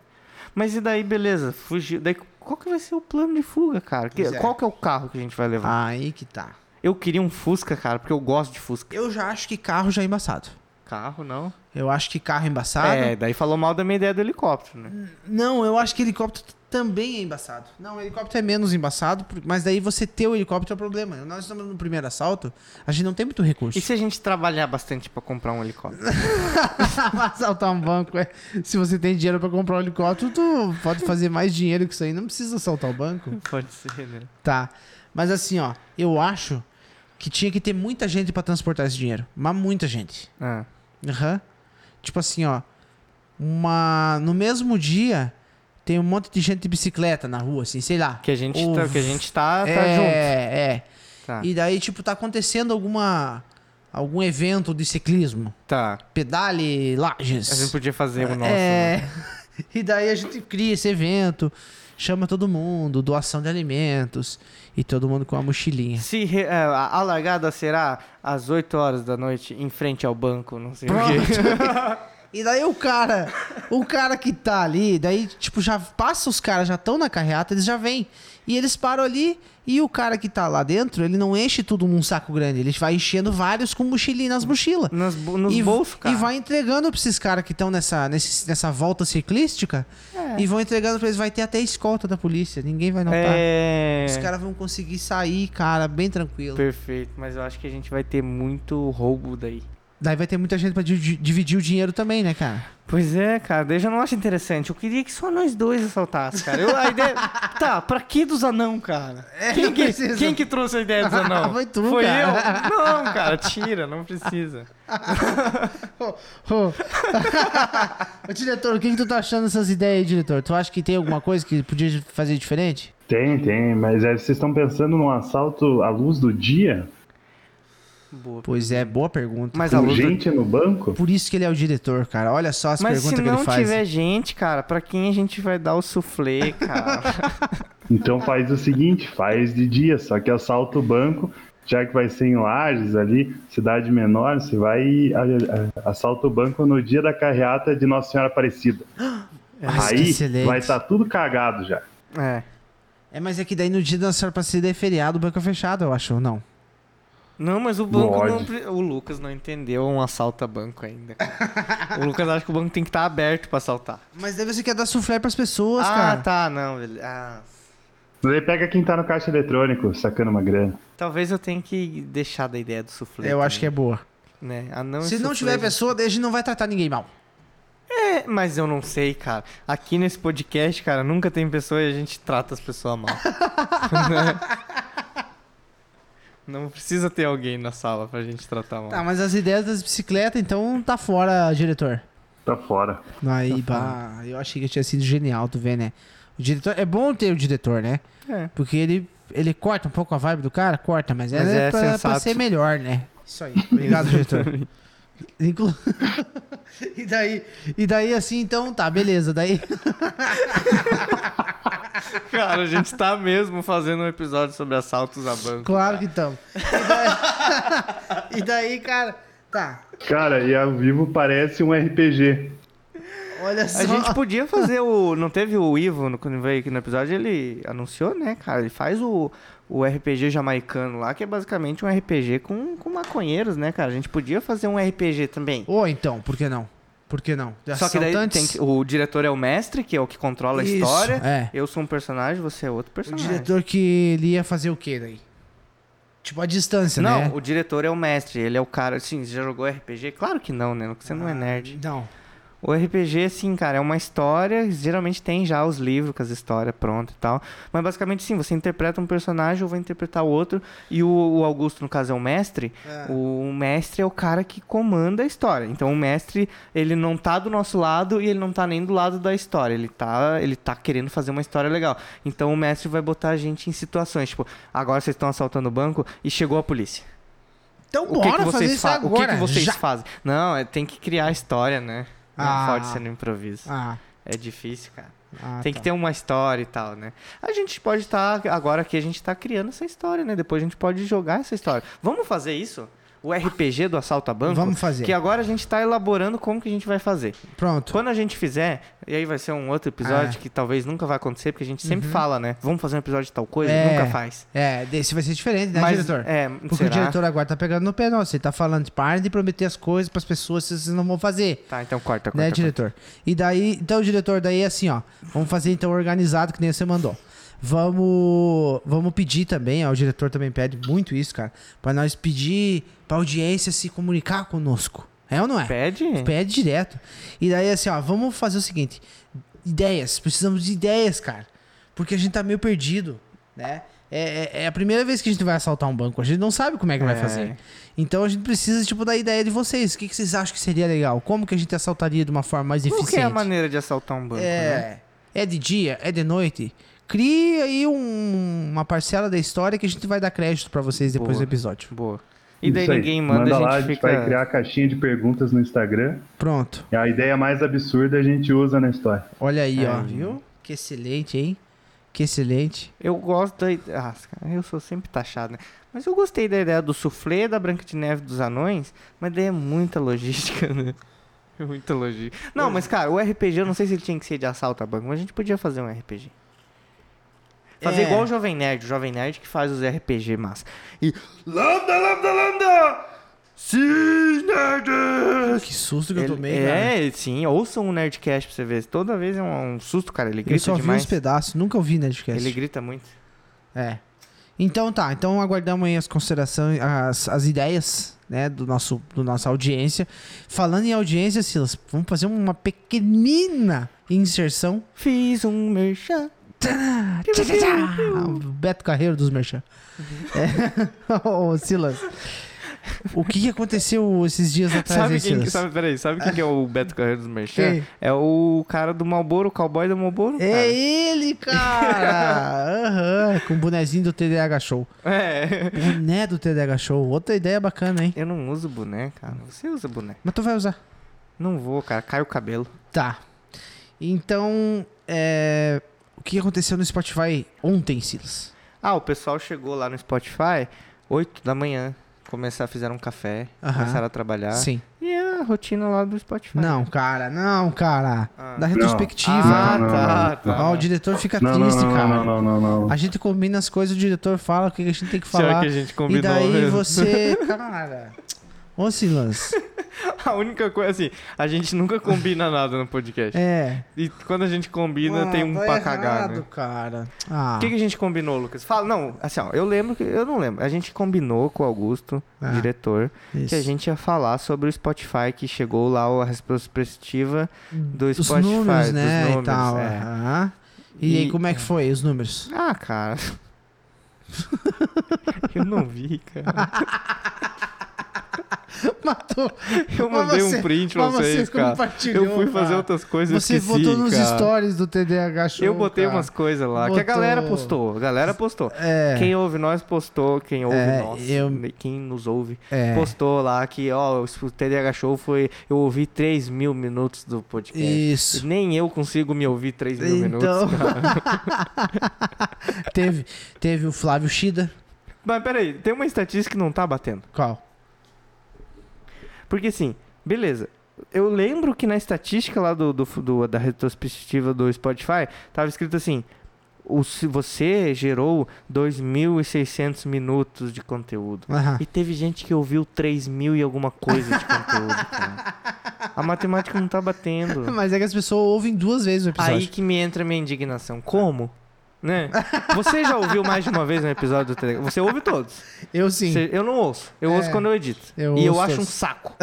S2: Mas e daí, beleza, fugiu. Daí, qual que vai ser o plano de fuga, cara? Que-
S1: Pois é.
S2: Qual que é o carro que a gente vai levar?
S1: Aí que tá.
S2: Eu queria um Fusca, cara, porque eu gosto de Fusca.
S1: Eu já acho que carro já é embaçado.
S2: Carro, não?
S1: Eu acho que carro é embaçado.
S2: É, daí falou mal da minha ideia do helicóptero, né?
S1: Não, eu acho que helicóptero t- também é embaçado. Não, helicóptero é menos embaçado, por- mas daí você ter o helicóptero é o problema. Nós estamos no primeiro assalto, a gente não tem muito recurso.
S2: E se a gente trabalhar bastante pra comprar um helicóptero?
S1: Pra assaltar um banco, é. se você tem dinheiro pra comprar um helicóptero, tu pode fazer mais dinheiro que isso aí. Não precisa assaltar o banco.
S2: Pode ser, né?
S1: Tá. Mas assim, ó, eu acho que tinha que ter muita gente pra transportar esse dinheiro. Mas muita gente.
S2: Ah,
S1: Aham. Tipo assim, ó. Uma. No mesmo dia, tem um monte de gente de bicicleta na rua, assim, sei lá.
S2: que a gente,
S1: O
S2: tá, que a gente tá, tá junto.
S1: é, É,
S2: Tá.
S1: E daí, tipo, tá acontecendo alguma. algum evento de ciclismo.
S2: Tá.
S1: Pedale
S2: A gente
S1: Lages.
S2: podia fazer o nosso. né?
S1: É. E daí a gente cria esse evento, chama todo mundo, doação de alimentos, e todo mundo com a mochilinha.
S2: Se re- é, a a largada será às 8 horas da noite em frente ao banco, não sei o quê.
S1: E daí o cara, o cara que tá ali, daí, tipo, já passa os caras, já estão na carreata, eles já vêm. E eles param ali e o cara que tá lá dentro, ele não enche tudo num saco grande. Ele vai enchendo vários com mochilinha nas mochilas.
S2: Nas, bo- nos
S1: e,
S2: bolsos, cara.
S1: E vai entregando pra esses caras que estão nessa, nesse- nessa volta ciclística. E vão entregando pra eles. Vai ter até escolta da polícia. Ninguém vai notar.
S2: É.
S1: Os caras vão conseguir sair, cara, bem tranquilo.
S2: Perfeito, mas eu acho que a gente vai ter muito roubo daí.
S1: Daí vai ter muita gente pra di- di- dividir o dinheiro também, né, cara?
S2: Pois é, cara, daí eu já não acho interessante. Eu queria que só nós dois assaltassem, cara. Eu- a ideia... Tá, pra que dos anão, cara? quem,
S1: não
S2: que,
S1: precisa.
S2: quem que trouxe a ideia dos anão?
S1: É, Foi tu,
S2: Foi
S1: cara.
S2: eu? Não, cara, tira, não precisa.
S1: Ô, Ô, diretor, o que, que tu tá achando dessas ideias aí, diretor? Tu acha que tem alguma coisa que podia fazer diferente?
S3: Tem, tem, mas aí vocês estão pensando num assalto à luz do dia?
S2: Boa.
S1: Pois é, boa pergunta.
S2: Mas a
S3: Com
S2: luz do-
S3: gente no banco?
S1: Por isso que ele é o diretor, cara. Olha só as
S2: Mas se
S1: perguntas que ele
S2: não
S1: faz.
S2: tiver gente, cara, pra quem a gente vai dar o suflê, cara?
S3: Então faz o seguinte, faz de dia, só que assalta o banco, já que vai ser em Lages ali, cidade menor, você vai e a- a- assalta o banco no dia da carreata de Nossa Senhora Aparecida.
S1: Nossa, que
S3: Aí
S1: excelente.
S3: vai estar tudo cagado já.
S2: é.
S1: É, mas é que daí no dia da senhora Aparecida é feriado, o banco é fechado, eu acho, ou não?
S2: Não, mas o banco não.
S3: Lorde.
S2: pre- O Lucas não entendeu um assalto a banco ainda. cara. o Lucas acha que o banco tem que estar aberto pra assaltar.
S1: Mas daí você quer dar suflé pras pessoas,
S2: ah,
S1: cara.
S2: tá, não, beleza. Ah,
S3: Daí pega quem tá no caixa eletrônico, sacando uma grana.
S2: talvez eu tenha que deixar da ideia do suflê.
S1: Eu acho que é boa.
S2: é. Né? Ah, não,
S1: Se
S2: esse
S1: não
S2: suflê-
S1: tiver pessoa, daí a gente não vai tratar ninguém mal.
S2: É, mas eu não sei, cara. Aqui nesse podcast, cara, nunca tem pessoa e a gente trata as pessoas mal. Né? Não precisa ter alguém na sala pra gente tratar mal.
S1: Tá, mas as ideias das bicicletas, então tá fora, diretor.
S3: Tá fora.
S1: Aí, bah, eu achei que tinha sido genial, tu vê, né? O diretor, é bom ter o diretor, né?
S2: É.
S1: Porque ele, ele corta um pouco a vibe do cara, corta, mas,
S2: Mas
S1: é,
S2: é
S1: pra, pra
S2: sensato.
S1: ser melhor, né? Isso aí. Obrigado, diretor. Inclu- e daí, e daí assim, então tá, beleza. Daí
S2: Cara, a gente tá mesmo fazendo um episódio sobre assaltos a banco.
S1: Claro que estamos. E daí, cara, tá.
S3: Cara, e ao vivo parece um RPG.
S1: Olha
S2: A
S1: só.
S2: gente podia fazer o. Não teve o Ivo no- quando veio aqui no episódio, ele anunciou, né, cara? Ele faz o, o RPG jamaicano lá, que é basicamente um RPG com, com maconheiros, né, cara? A gente podia fazer um RPG também.
S1: Ou então, por que não? Por que não?
S2: Só que daí tem que, o diretor é o mestre, que é o que controla a
S1: Isso,
S2: história.
S1: é.
S2: Eu sou um personagem, você é outro
S1: O
S2: personagem.
S1: diretor que ele ia fazer o quê daí? Tipo, a distância,
S2: Não,
S1: né?
S2: o diretor é o mestre, ele é o cara. Assim, você já jogou RPG? Claro que não, né? Você não é nerd.
S1: Não.
S2: O RPG, assim, cara, é uma história. Geralmente tem já os livros com as histórias prontas e tal. Mas basicamente, sim, você interpreta um personagem ou vai interpretar o outro. E o, o Augusto, no caso, é o mestre. O, mestre é o cara que comanda a história. Então o mestre, ele não tá do nosso lado e ele não tá nem do lado da história. Ele tá, ele tá querendo fazer uma história legal. Então o mestre vai botar a gente em situações. Tipo, agora vocês estão assaltando o banco e chegou a polícia.
S1: Então
S2: O que,
S1: bora
S2: que
S1: fazer
S2: vocês
S1: isso
S2: fa-
S1: agora.
S2: O que, que vocês
S1: já.
S2: fazem? Não, é- tem que criar a história, né? Não
S1: Ah.
S2: pode ser no improviso.
S1: Ah,
S2: É difícil, cara.
S1: ah,
S2: Tem
S1: tá.
S2: que ter uma história e tal, né? A gente pode estar. agora aqui a gente tá criando essa história, né? Depois a gente pode jogar essa história. Vamos fazer isso? O RPG do assalto a banco?
S1: Vamos fazer.
S2: Que agora a gente tá elaborando como que a gente vai fazer.
S1: Pronto.
S2: Quando a gente fizer, e aí vai ser um outro episódio
S1: Ah.
S2: que talvez nunca vai acontecer, porque a gente sempre fala, né? Vamos fazer um episódio de tal coisa?
S1: Uhum. É.
S2: Nunca faz.
S1: É, desse vai ser diferente, né,
S2: Mas,
S1: diretor?
S2: é,
S1: Porque
S2: será?
S1: o diretor agora tá pegando no pé nosso. Ele tá falando, parem de prometer as coisas pras pessoas, se vocês não vão fazer.
S2: Tá, então corta, corta.
S1: Né,
S2: corta.
S1: diretor? E daí, então, diretor, daí é assim, ó. Vamos fazer então organizado, que nem você mandou. Vamos, vamos pedir também, ó, o diretor também pede muito isso, cara, Pra nós pedir pra audiência se comunicar conosco. É ou não é?
S2: Pede?
S1: Pede direto. E daí, assim, ó, vamos fazer o seguinte: ideias. Precisamos de ideias, cara. Porque a gente tá meio perdido, né? É, é- é a primeira vez que a gente vai assaltar um banco. A gente não sabe como é que vai
S2: É.
S1: fazer. Então a gente precisa, tipo, da ideia de vocês. O que, que vocês acham que seria legal? Como que a gente assaltaria de uma forma mais
S2: Qual
S1: eficiente?
S2: que é a maneira de assaltar um banco, né?
S1: É. É de dia? É de noite? Crie aí um- uma parcela da história que a gente vai dar crédito pra vocês depois
S2: Boa.
S1: do episódio.
S2: Boa. E daí
S3: Isso aí,
S2: ninguém manda, a gente
S3: lá,
S2: fica.
S3: vai criar a caixinha de perguntas no Instagram.
S1: Pronto.
S3: E a ideia mais absurda a gente usa na história.
S1: Olha aí,
S2: É.
S1: ó. Viu? Que excelente, hein? Que excelente.
S2: Eu gosto da ideia. Ah, cara, eu sou sempre taxado, né? Mas eu gostei da ideia do suflê, da Branca de Neve dos Anões, mas daí é muita logística, né? Muito elogio. Não, mas cara, o RPG, eu não sei se ele tinha que ser de assalto a banco, mas a gente podia fazer um RPG. Fazer
S1: É.
S2: igual o Jovem Nerd, o Jovem Nerd que faz os RPG massa. E. Lambda, lambda, lambda! Sim, nerds!
S1: Que susto que eu
S2: Ele-
S1: tomei, cara.
S2: é, sim, ouçam um Nerdcast pra você ver. Toda vez é um, um susto, cara. Ele
S1: Eu
S2: grita
S1: só vi
S2: demais.
S1: uns pedaços, nunca ouvi Nerdcast.
S2: ele grita muito.
S1: É. Então tá, então aguardamos aí as considerações, as, as ideias, né, do nosso, do nossa audiência. Falando em audiência, Silas, vamos fazer uma pequenina inserção.
S2: Fiz um merchan.
S1: Ah, tchá, tchá, tchá. Ah, o Beto Carreiro dos Merchan. É. Ô, Silas, o que que aconteceu esses dias atrás,
S2: Sabe
S1: hein,
S2: quem, que-
S1: Silas?
S2: sabe, peraí, sabe quem que é o Beto Carreiro dos Merchan?
S1: Quem?
S2: É o cara do Malboro, o cowboy do Malboro.
S1: É ele, cara! Aham, com o bonezinho do TDH Show.
S2: Cara. É.
S1: Boné do TDH Show, outra ideia bacana, hein?
S2: Eu não uso boné, cara. Você usa boné?
S1: Mas tu vai usar.
S2: Não vou, cara. Cai o cabelo.
S1: Tá. Então, é... o que aconteceu no Spotify ontem, Silas?
S2: Ah, o pessoal chegou lá no Spotify 8 da manhã. Começaram, fizeram um café,
S1: Aham.
S2: começaram a trabalhar.
S3: Ah.
S1: Sim.
S2: E a rotina lá do Spotify.
S1: Não, cara, não, cara.
S2: Ah.
S1: Da retrospectiva.
S2: Ah,
S3: Não, não,
S2: tá,
S1: Ó,
S2: tá.
S1: o diretor fica
S3: Não, não,
S1: É triste,
S3: não,
S1: cara.
S3: não, não, não, não.
S1: A gente combina as coisas, o diretor fala o que a gente tem que falar.
S2: que a gente
S1: e
S2: combinou
S1: daí
S2: mesmo.
S1: você, cara. Ô, Silas.
S2: A única coisa, assim, a gente nunca combina nada no podcast.
S1: É.
S2: E quando a gente combina, tem um
S1: Ah,
S2: pra
S1: tá
S2: cagar,
S1: errado,
S2: né?
S1: cara. Ah,
S2: O que, que a gente combinou, Lucas? Fala, não, assim, ó, eu lembro que. Eu não lembro. A gente combinou com o Augusto,
S1: Ah,
S2: diretor,
S1: isso.
S2: que a gente ia falar sobre o Spotify que chegou lá, a retrospectiva do
S1: Os
S2: Spotify.
S1: Hum, números,
S2: dos
S1: né, e
S2: números,
S1: tal.
S2: é.
S1: aham. E, aí,
S2: E-
S1: como é que foi os números?
S2: Ah, cara. eu não vi, cara.
S1: Matou.
S2: Eu
S1: Mas
S2: mandei
S1: você-
S2: um print pra
S1: mas você
S2: vocês, cara.
S1: compartilhou,
S2: Eu fui fazer
S1: cara.
S2: outras coisas
S1: Você
S2: esqueci,
S1: votou nos
S2: cara.
S1: stories do TDAH Show.
S2: Eu botei
S1: cara.
S2: umas coisas lá que
S1: Botou.
S2: a galera postou. A galera postou.
S1: É.
S2: Quem ouve nós postou, quem ouve
S1: É,
S2: nós,
S1: eu-
S2: quem nos ouve,
S1: É.
S2: postou lá que, ó, o TDH Show foi. Eu ouvi 3 mil minutos do podcast.
S1: Isso.
S2: E Nem eu consigo me ouvir 3 mil
S1: Então.
S2: minutos. cara.
S1: teve, teve o Flávio Shida.
S2: Mas peraí, tem uma estatística que não tá batendo.
S1: Qual?
S2: Porque assim, beleza. Eu lembro que na estatística lá do, do- do- da retrospectiva do Spotify, tava escrito assim: o, se você gerou 2.600 minutos de conteúdo.
S1: Aham.
S2: E teve gente que ouviu 3 mil e alguma coisa de conteúdo, cara. A matemática não tá batendo.
S1: Mas é que as pessoas ouvem duas vezes o episódio.
S2: Aí que me entra a minha indignação. Como? Né? Você já ouviu mais de uma vez um episódio do Telegram? Você ouve todos.
S1: Eu sim. É.
S2: Você- eu não ouço. Eu ouço quando eu edito.
S1: eu
S2: e eu
S1: ouço
S2: acho um
S1: todos.
S2: saco.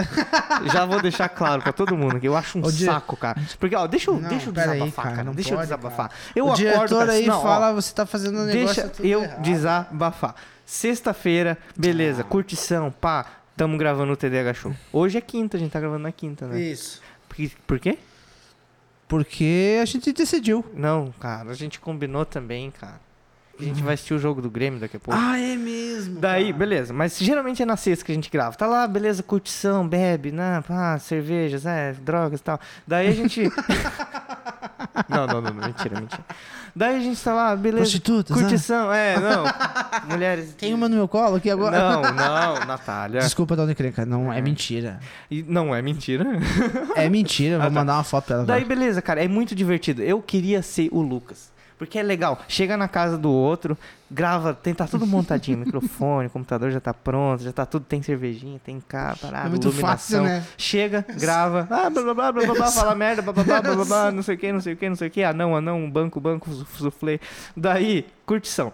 S2: Já vou deixar claro pra todo mundo que eu acho um
S1: Ô, Di-
S2: saco, cara. Porque, ó, deixa eu,
S1: Não,
S2: deixa eu
S1: pera aí,
S2: desabafar,
S1: cara,
S2: cara.
S1: não
S2: Deixa eu
S1: pode,
S2: desabafar.
S1: cara.
S2: Eu
S1: o
S2: acordo
S1: diretor
S2: cara, assim,
S1: aí
S2: não, ó,
S1: fala, você tá fazendo um negócio
S2: Deixa
S1: tudo
S2: eu
S1: errado. Ah.
S2: desabafar. Sexta-feira, beleza, curtição, pá. Tamo gravando o TDH Show. Hoje é quinta, a gente tá gravando na quinta, né?
S1: Isso.
S2: Por, que- por quê?
S1: Porque a gente decidiu.
S2: Não, cara, a gente combinou também, cara. A gente vai assistir o jogo do Grêmio daqui a pouco.
S1: Ah, é mesmo.
S2: Daí,
S1: cara.
S2: beleza, mas geralmente é na sexta que a gente grava. Tá lá, beleza, curtição, bebe, né, pá, cervejas, é, drogas e tal. Daí a gente. não, não, não, não, mentira, mentira. Daí a gente tá lá, beleza.
S1: Prostitutas, né?
S2: Curtição, é, não. Mulheres.
S1: Tem uma no meu colo aqui agora.
S2: Não, não, Natália.
S1: Desculpa, Dona Encrenca. Não, é, mentira.
S2: E não é mentira.
S1: É mentira. eu Vou
S2: tá.
S1: mandar uma foto pra ela.
S2: Daí,
S1: agora.
S2: beleza, cara, é muito divertido. Eu queria ser o Lucas. Porque é legal, chega na casa do outro, grava, tem, tá tudo montadinho, microfone, computador já tá pronto, já tá tudo, tem cervejinha, tem cá, parada,
S1: É muito
S2: iluminação.
S1: fácil, né?
S2: Chega, grava, ah, blá blá blá blá blá, blá fala merda, blá blá blá blá blá, blá, não sei o que, não sei o que, não sei o que, anão, anão, banco, banco, su- suflê. Daí, curtição.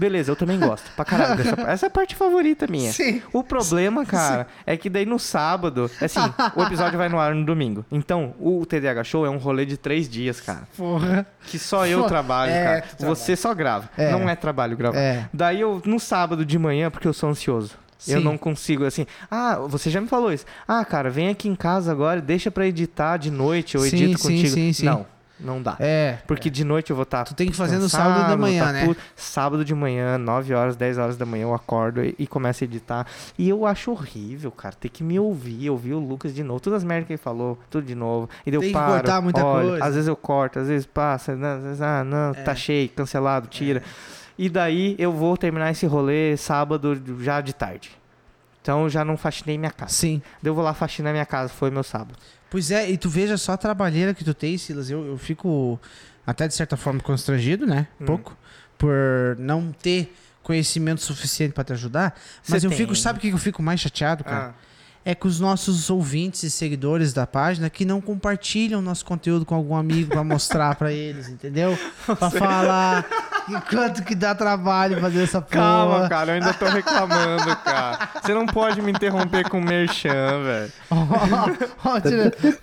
S2: Beleza, eu também gosto pra caralho dessa parte. Essa é a parte favorita minha.
S1: Sim.
S2: O problema, cara, é que daí no sábado, assim, o episódio vai no ar no domingo. Então, o TDH Show é um rolê de três dias, cara.
S1: Porra.
S2: Que só eu
S1: Pô,
S2: trabalho,
S1: é,
S2: cara.
S1: tu trabalha.
S2: Você só grava.
S1: É.
S2: Não é trabalho gravar.
S1: É.
S2: Daí eu, no sábado de manhã, porque eu sou ansioso. Eu
S1: Sim.
S2: não consigo, assim. Ah, você já me falou isso. Ah, cara, vem aqui em casa agora, deixa pra editar de noite, eu
S1: Sim,
S2: edito
S1: sim,
S2: contigo.
S1: sim, sim.
S2: Não, não dá.
S1: É.
S2: Porque de noite eu vou tá estar.
S1: Tu tem que fazer no sábado da manhã, né?
S2: tá Sábado de manhã, 9 horas, 10 horas da manhã eu acordo e, e começo a editar. E eu acho horrível, cara, ter que me ouvir, ouvir o Lucas de novo, todas as merdas que ele falou, tudo de novo. E daí
S1: Tem que
S2: eu paro,
S1: cortar muita
S2: olho,
S1: coisa. É.
S2: Às vezes eu corto, às vezes passa, né, às vezes, ah, não, tá cheio, cancelado, tira. E daí eu vou terminar esse rolê sábado já de tarde. Então já não faxinei minha casa.
S1: Sim.
S2: Daí Eu vou lá faxinar minha casa, foi meu sábado.
S1: Pois é, e tu veja só a trabalheira que tu tem, Silas. Eu, eu fico até de certa forma constrangido, né?
S2: Hum.
S1: Um pouco. Por não ter conhecimento suficiente pra te ajudar. Mas
S2: Cê
S1: eu
S2: tem. Ah.
S1: fico. Sabe o que eu fico mais chateado, cara? É com os nossos ouvintes e seguidores da página que não compartilham nosso conteúdo com algum amigo pra mostrar pra eles, entendeu? Pra falar o quanto que dá trabalho fazer essa porra.
S2: Calma, cara, eu ainda tô reclamando, cara. Você não pode me interromper com merchan, velho.
S1: Ó, o diretor-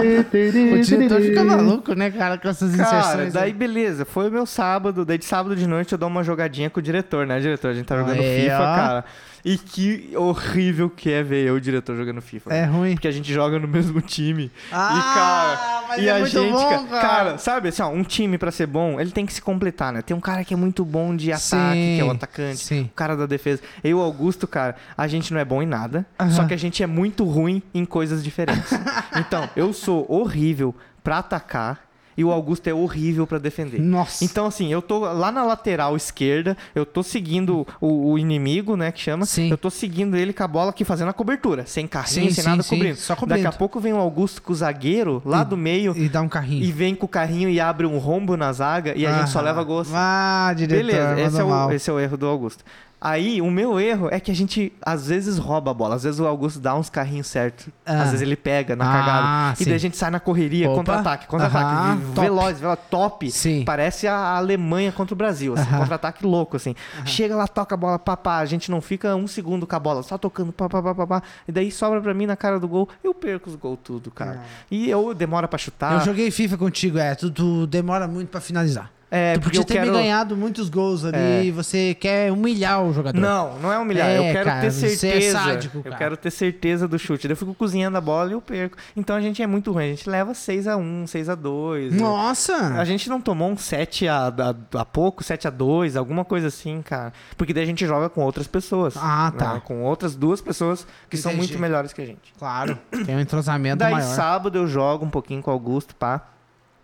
S1: o diretor fica maluco, né, cara, com essas
S2: Cara,
S1: inserções. né?
S2: daí
S1: aí.
S2: beleza, foi o meu sábado, daí de sábado de noite eu dou uma jogadinha com o diretor, né, diretor? A gente tá jogando
S1: Aí,
S2: FIFA,
S1: ó.
S2: cara. E que horrível que é ver eu, o diretor, jogando FIFA.
S1: É ruim.
S2: Porque a gente joga no mesmo time.
S1: Ah,
S2: e, cara,
S1: mas
S2: e
S1: é
S2: a
S1: muito
S2: gente,
S1: bom,
S2: ca-
S1: cara.
S2: sabe assim, ó, um time pra ser bom, ele tem que se completar, né? Tem um cara que é muito bom de ataque,
S1: Sim,
S2: que é o atacante,
S1: sim.
S2: o cara da defesa. Eu e o Augusto, cara, a gente não é bom em nada, só que a gente é muito ruim em coisas diferentes. então, eu sou horrível pra atacar e o Augusto é horrível pra defender.
S1: Nossa.
S2: Então, assim, eu tô lá na lateral esquerda, eu tô seguindo o, o inimigo, né, que chama.
S1: Sim.
S2: Eu tô seguindo ele com a bola aqui fazendo a cobertura, sem carrinho,
S1: Sim,
S2: sem
S1: sim,
S2: nada
S1: sim,
S2: cobrindo.
S1: só cobrindo.
S2: Daqui a pouco vem o Augusto com o zagueiro lá do meio
S1: E dá um carrinho.
S2: e vem com o carrinho e abre um rombo na zaga e a gente só
S1: Aham.
S2: leva gol assim.
S1: Ah, diretor,
S2: Beleza, esse é,
S1: mandou
S2: o,
S1: mal.
S2: esse é o erro do Augusto. Aí, o meu erro é que a gente, às vezes, rouba a bola. Às vezes o Augusto dá uns carrinhos certos.
S1: Ah.
S2: Às vezes ele pega na
S1: Ah,
S2: cagada. E
S1: sim.
S2: daí a gente sai na correria,
S1: Opa.
S2: contra-ataque, contra-ataque.
S1: Aham,
S2: ve-
S1: top.
S2: Veloz, veloz, top.
S1: Sim.
S2: Parece a Alemanha contra o Brasil. Assim, Contra-ataque louco, assim. Chega lá, toca a bola, papá. A gente não fica um segundo com a bola, só tocando, papá, papá, papá. E daí sobra pra mim na cara do gol. Eu perco os gols tudo, cara. E eu demora pra chutar.
S1: Ah. Eu joguei FIFA contigo, é. Tu, tu demora muito pra finalizar.
S2: É,
S1: tu
S2: porque
S1: podia
S2: eu
S1: ter
S2: quero... É.
S1: me ganhado muitos gols ali e você quer humilhar o jogador.
S2: Não, não é humilhar.
S1: É,
S2: eu quero
S1: cara,
S2: ter
S1: você é
S2: certeza.
S1: sádico,
S2: eu
S1: cara.
S2: quero ter certeza do chute. Daí Eu fico cozinhando a bola e eu perco. Então a gente é muito ruim. A gente leva 6x1, 6x2. A
S1: Nossa!
S2: gente não tomou um 7 a, a, a pouco, 7 a 2, alguma coisa assim, cara. Porque daí a gente joga com outras pessoas. né?
S1: Ah, tá.
S2: Com outras duas pessoas que são
S1: Entendi.
S2: muito melhores que a gente.
S1: Claro, tem um entrosamento
S2: Daí
S1: maior.
S2: sábado eu jogo um pouquinho com o Augusto, pá.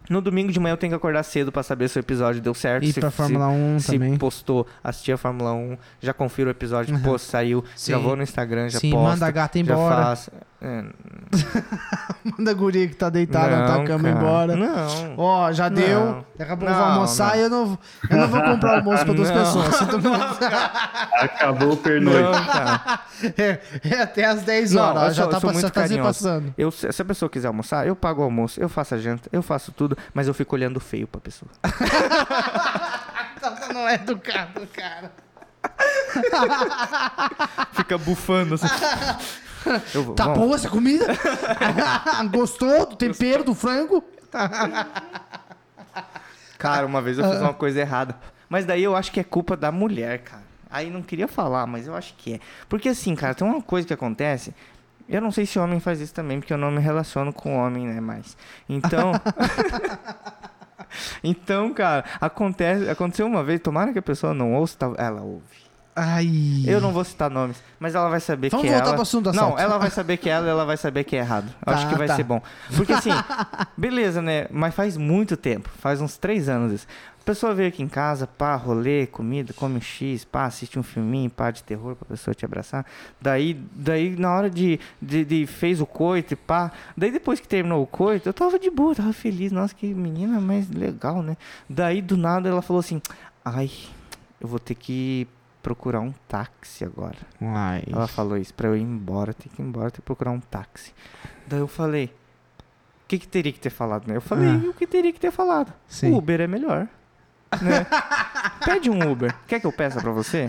S2: No domingo de manhã eu tenho que acordar cedo pra saber se o episódio deu certo.
S1: E
S2: se,
S1: pra
S2: se-
S1: Fórmula 1
S2: se
S1: também.
S2: postou, assisti a Fórmula 1, já confiro o episódio, pô, saiu, já
S1: Sim.
S2: vou no Instagram, já
S1: Sim,
S2: posto.
S1: manda a gata
S2: já
S1: embora.
S2: faço. É,
S1: Manda a guria que tá deitada na tua
S2: não,
S1: cama
S2: cara,
S1: embora.
S2: Não.
S1: Ó, já deu.
S2: Não.
S1: Daqui a pouco eu vou
S2: Não,
S1: almoçar
S2: não.
S1: e eu não, eu não vou comprar almoço pra duas
S2: Não.
S1: pessoas. Se tu-
S3: Acabou o pernoite.
S2: Não, cara.
S1: é, é até às 10
S2: Não,
S1: horas. ó,
S2: eu
S1: já
S2: sou-
S1: tá,
S2: eu sou
S1: passando,
S2: muito
S1: tá se
S2: carinhoso.
S1: passando.
S2: Eu, se se a pessoa quiser almoçar, eu pago o almoço, eu faço a janta, eu faço tudo, mas eu fico olhando feio pra pessoa.
S1: Tá- Não é educado, cara.
S2: Fica bufando assim. Eu vou,
S1: Tá
S2: vamos.
S1: boa essa comida? Gostou do tempero do frango?
S2: Cara, uma vez eu
S1: Ah.
S2: fiz uma coisa errada. Mas daí eu acho que é culpa da mulher, cara. Aí não queria falar, mas eu acho que é. Porque assim, cara, tem uma coisa que acontece. Eu não sei se homem faz isso também, porque eu não me relaciono com homem, né, mais. Então. então, cara, acontece, aconteceu uma vez, tomara que a pessoa não ouça, tal- ela ouve.
S1: Ai.
S2: Eu não vou citar nomes, mas ela vai saber
S1: Vamos
S2: que
S1: voltar
S2: ela...
S1: pro assunto do
S2: Não,
S1: assalto.
S2: ela vai saber que ela, ela vai saber que é errado.
S1: Tá,
S2: Acho que vai
S1: tá.
S2: ser bom. Porque assim, beleza, né? Mas faz muito tempo, faz uns três anos isso. A pessoa veio aqui em casa, pá, rolê, comida, come X, pá, assiste um filminho, pá, de terror pra pessoa te abraçar. Daí, daí na hora de, de, de fez o coito, e pá. Daí depois que terminou o coito, eu tava de boa, tava feliz. Nossa, que menina mais legal, né? Daí do nada ela falou assim, ai, eu vou ter que procurar um táxi agora.
S1: Ai.
S2: Ela falou isso pra eu ir embora, tem que ir embora, tem que procurar um táxi. Daí eu falei, o que, que teria que ter falado, né? Eu falei
S1: Ah.
S2: o que teria que ter falado.
S1: Sim.
S2: Uber é melhor. né? Pede um Uber. Quer que eu peça pra você?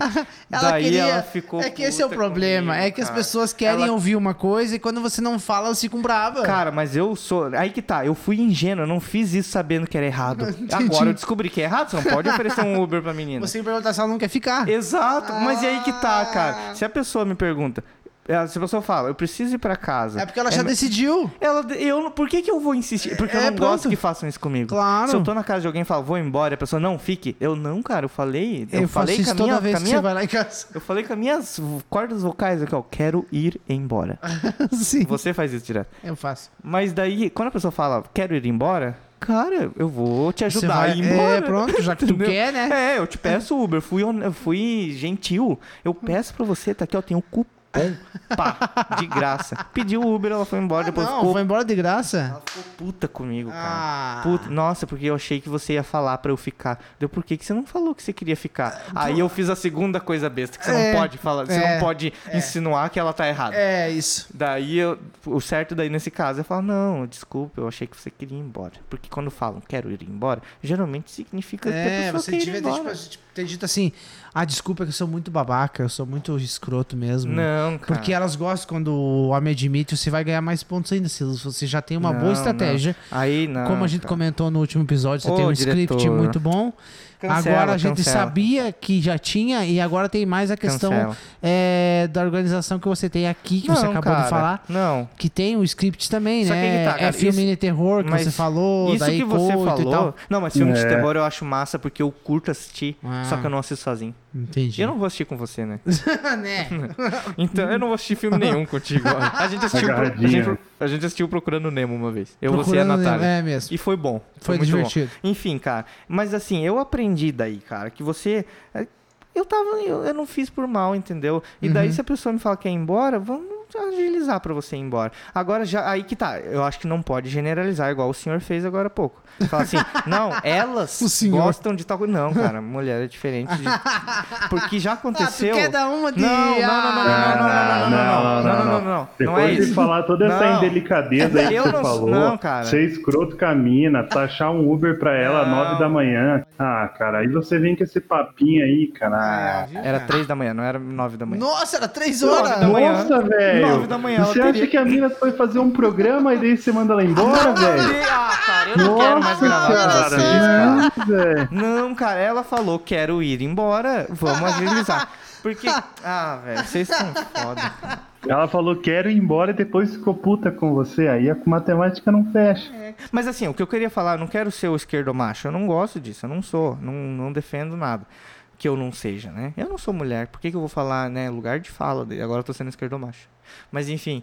S1: Ela
S2: Daí
S1: queria-
S2: ela ficou.
S1: É que esse é o
S2: puta
S1: problema.
S2: comigo,
S1: é que as
S2: cara.
S1: pessoas querem
S2: Ela-
S1: ouvir uma coisa e quando você não fala, elas ficam bravas.
S2: Cara, mas eu sou. Aí que tá, eu fui ingênuo, eu não fiz isso sabendo que era errado. Agora eu descobri que é errado, você não pode oferecer um Uber pra menina.
S1: você me perguntar se ela não quer ficar.
S2: Exato, mas e aí que tá,
S1: Ah.
S2: cara? Se a pessoa me pergunta, eh, se a pessoa fala, eu preciso ir pra casa.
S1: É porque ela já
S2: me-
S1: decidiu.
S2: Ela, eu, não- por que, que eu vou insistir? Porque eu
S1: É,
S2: não gosto
S1: pronto.
S2: que façam isso comigo.
S1: Claro.
S2: Se eu tô na casa de alguém e falo, vou embora, e a pessoa, não, fique. Eu não, cara, eu falei. Eu,
S1: faço
S2: falei com
S1: isso
S2: a minha.
S1: toda vez
S2: com a
S1: que
S2: minha
S1: você vai lá em casa.
S2: Eu falei com as minhas vo- cordas vocais aqui, ó. Quero ir embora.
S1: Sim,
S2: Você faz isso direto.
S1: eu faço.
S2: Mas daí, quando a pessoa fala, quero ir embora, cara, eu vou te
S1: Você
S2: ajudar a ir
S1: vai- é,
S2: embora.
S1: pronto, já que tu
S2: Entendeu?
S1: quer, né? Hum.
S2: É, eu te peço Uber, fui, on- eu fui gentil. Eu peço pra você, tá aqui, ó, tem um cupom. Bom, pá, de graça. Pediu o Uber, ela foi embora, depois
S1: Ah, não,
S2: ficou
S1: foi embora de graça?
S2: Ela ficou puta comigo, cara.
S1: Ah,
S2: Puta, nossa, porque eu achei que você ia falar pra eu ficar. Deu por que que você não falou que você queria ficar? Aí eu fiz a segunda coisa besta, que você
S1: É,
S2: não pode falar, você
S1: é,
S2: não pode insinuar que ela tá errada.
S1: é isso.
S2: Daí eu, o certo daí nesse caso é falar, não, desculpa, eu achei que você queria ir embora. Porque quando falam quero ir embora, geralmente significa que a
S1: É,
S2: pessoa
S1: você
S2: quer ir
S1: devia ter,
S2: embora.
S1: tipo, ter dito assim: ah, desculpa que eu sou muito babaca, eu sou muito escroto mesmo.
S2: Não, cara.
S1: Porque elas gostam quando o homem admite, você vai ganhar mais pontos ainda. Se você já tem uma
S2: Não,
S1: boa
S2: não.
S1: estratégia.
S2: Aí não.
S1: Como a gente
S2: cara.
S1: comentou no último episódio, você
S2: Ô,
S1: tem um script
S2: diretor.
S1: muito bom.
S2: Cancela,
S1: agora a gente
S2: cancela.
S1: sabia que já tinha e agora tem mais a questão
S2: Cancela.
S1: é, da organização que você tem aqui, que você
S2: Não,
S1: acabou
S2: cara,
S1: de falar.
S2: Não.
S1: Que tem o script também,
S2: Só que aí
S1: né?
S2: que tá,
S1: é
S2: cara,
S1: filme
S2: isso-
S1: de terror que
S2: mas
S1: você falou,
S2: Isso
S1: daí
S2: que você
S1: coito e
S2: falou.
S1: tal.
S2: Não, mas filme de
S3: É.
S2: terror eu acho massa porque eu curto assistir,
S1: Ah.
S2: só que eu não assisto sozinho.
S1: Entendi.
S2: Eu não vou assistir com você, né?
S1: né?
S2: Então eu não vou assistir filme nenhum contigo. A gente assistiu, pro- a,
S3: Agarradinha.
S2: gente, a gente assistiu Procurando Nemo uma vez. Eu, você e a
S1: Procurando Nemo,
S2: Natália.
S1: É mesmo.
S2: E foi bom.
S1: Foi
S2: Foi, muito
S1: divertido.
S2: Bom. Enfim, cara. Mas assim, eu aprendi daí, cara, que você. é, Eu tava. Eu, eu não fiz por mal, entendeu? E daí, se a pessoa me fala que é ir embora, vamos agilizar pra você ir embora. Agora já. Aí que tá. Eu acho que não pode generalizar, igual o senhor fez agora há pouco. Fala assim, não, elas
S1: O senhor.
S2: gostam de tal coisa. Não, cara, mulher é diferente. de- Porque já aconteceu.
S1: Tá, quer dar uma de-
S2: Não, não, não, não, não, não, não, não, não, não, não, não, não, não, não, não. Não é
S3: Depois de
S2: isso.
S3: falar toda essa
S2: Não.
S3: indelicadeza aí que
S2: Eu
S3: você
S2: não-
S3: falou,
S2: não, cara.
S3: ser escroto com a mina, taxar um Uber pra ela às
S2: Não.
S3: 9 da manhã. Ah, cara, aí você vem com esse papinho aí, cara.
S2: Era três da manhã, não era nove da manhã.
S1: Nossa, era três
S2: da
S1: horas!
S2: manhã.
S3: Nossa,
S2: Nove
S3: velho.
S2: da manhã,
S3: Você
S2: ela
S3: acha
S2: teria-
S3: que a mina foi fazer um programa e daí você manda ela embora, velho?
S2: Ah, cara, eu não quero mais
S3: Nossa,
S2: gravar com
S3: cara,
S2: vocês, cara.
S3: não, velho.
S2: Não, cara, ela falou, quero ir embora, vamos agilizar. Porque, ah, velho, vocês são foda. cara.
S3: Ela falou quero ir embora e depois ficou puta com você. Aí a matemática não fecha.
S2: Mas assim, o que eu queria falar, eu não quero ser o esquerdo macho, eu não gosto disso, eu não sou, não, não defendo nada que eu não seja, né? Eu não sou mulher, por que, que eu vou falar, né, lugar de fala, dele? agora eu tô sendo esquerdo macho. Mas enfim,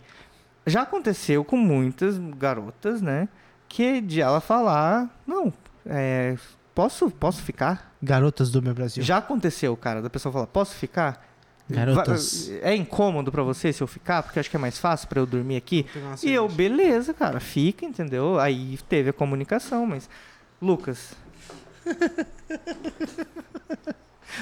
S2: já aconteceu com muitas garotas, né, que de ela falar, não, é, posso, posso ficar?
S1: Garotas do meu Brasil.
S2: Já aconteceu, cara, da pessoa falar, posso ficar?
S1: Garotas.
S2: Va- É incômodo pra você se eu ficar? Porque eu acho que é mais fácil pra eu dormir aqui.
S1: pegar uma
S2: E eu,
S1: cerveja.
S2: beleza, cara, fica, entendeu? Aí teve a comunicação, mas. Lucas.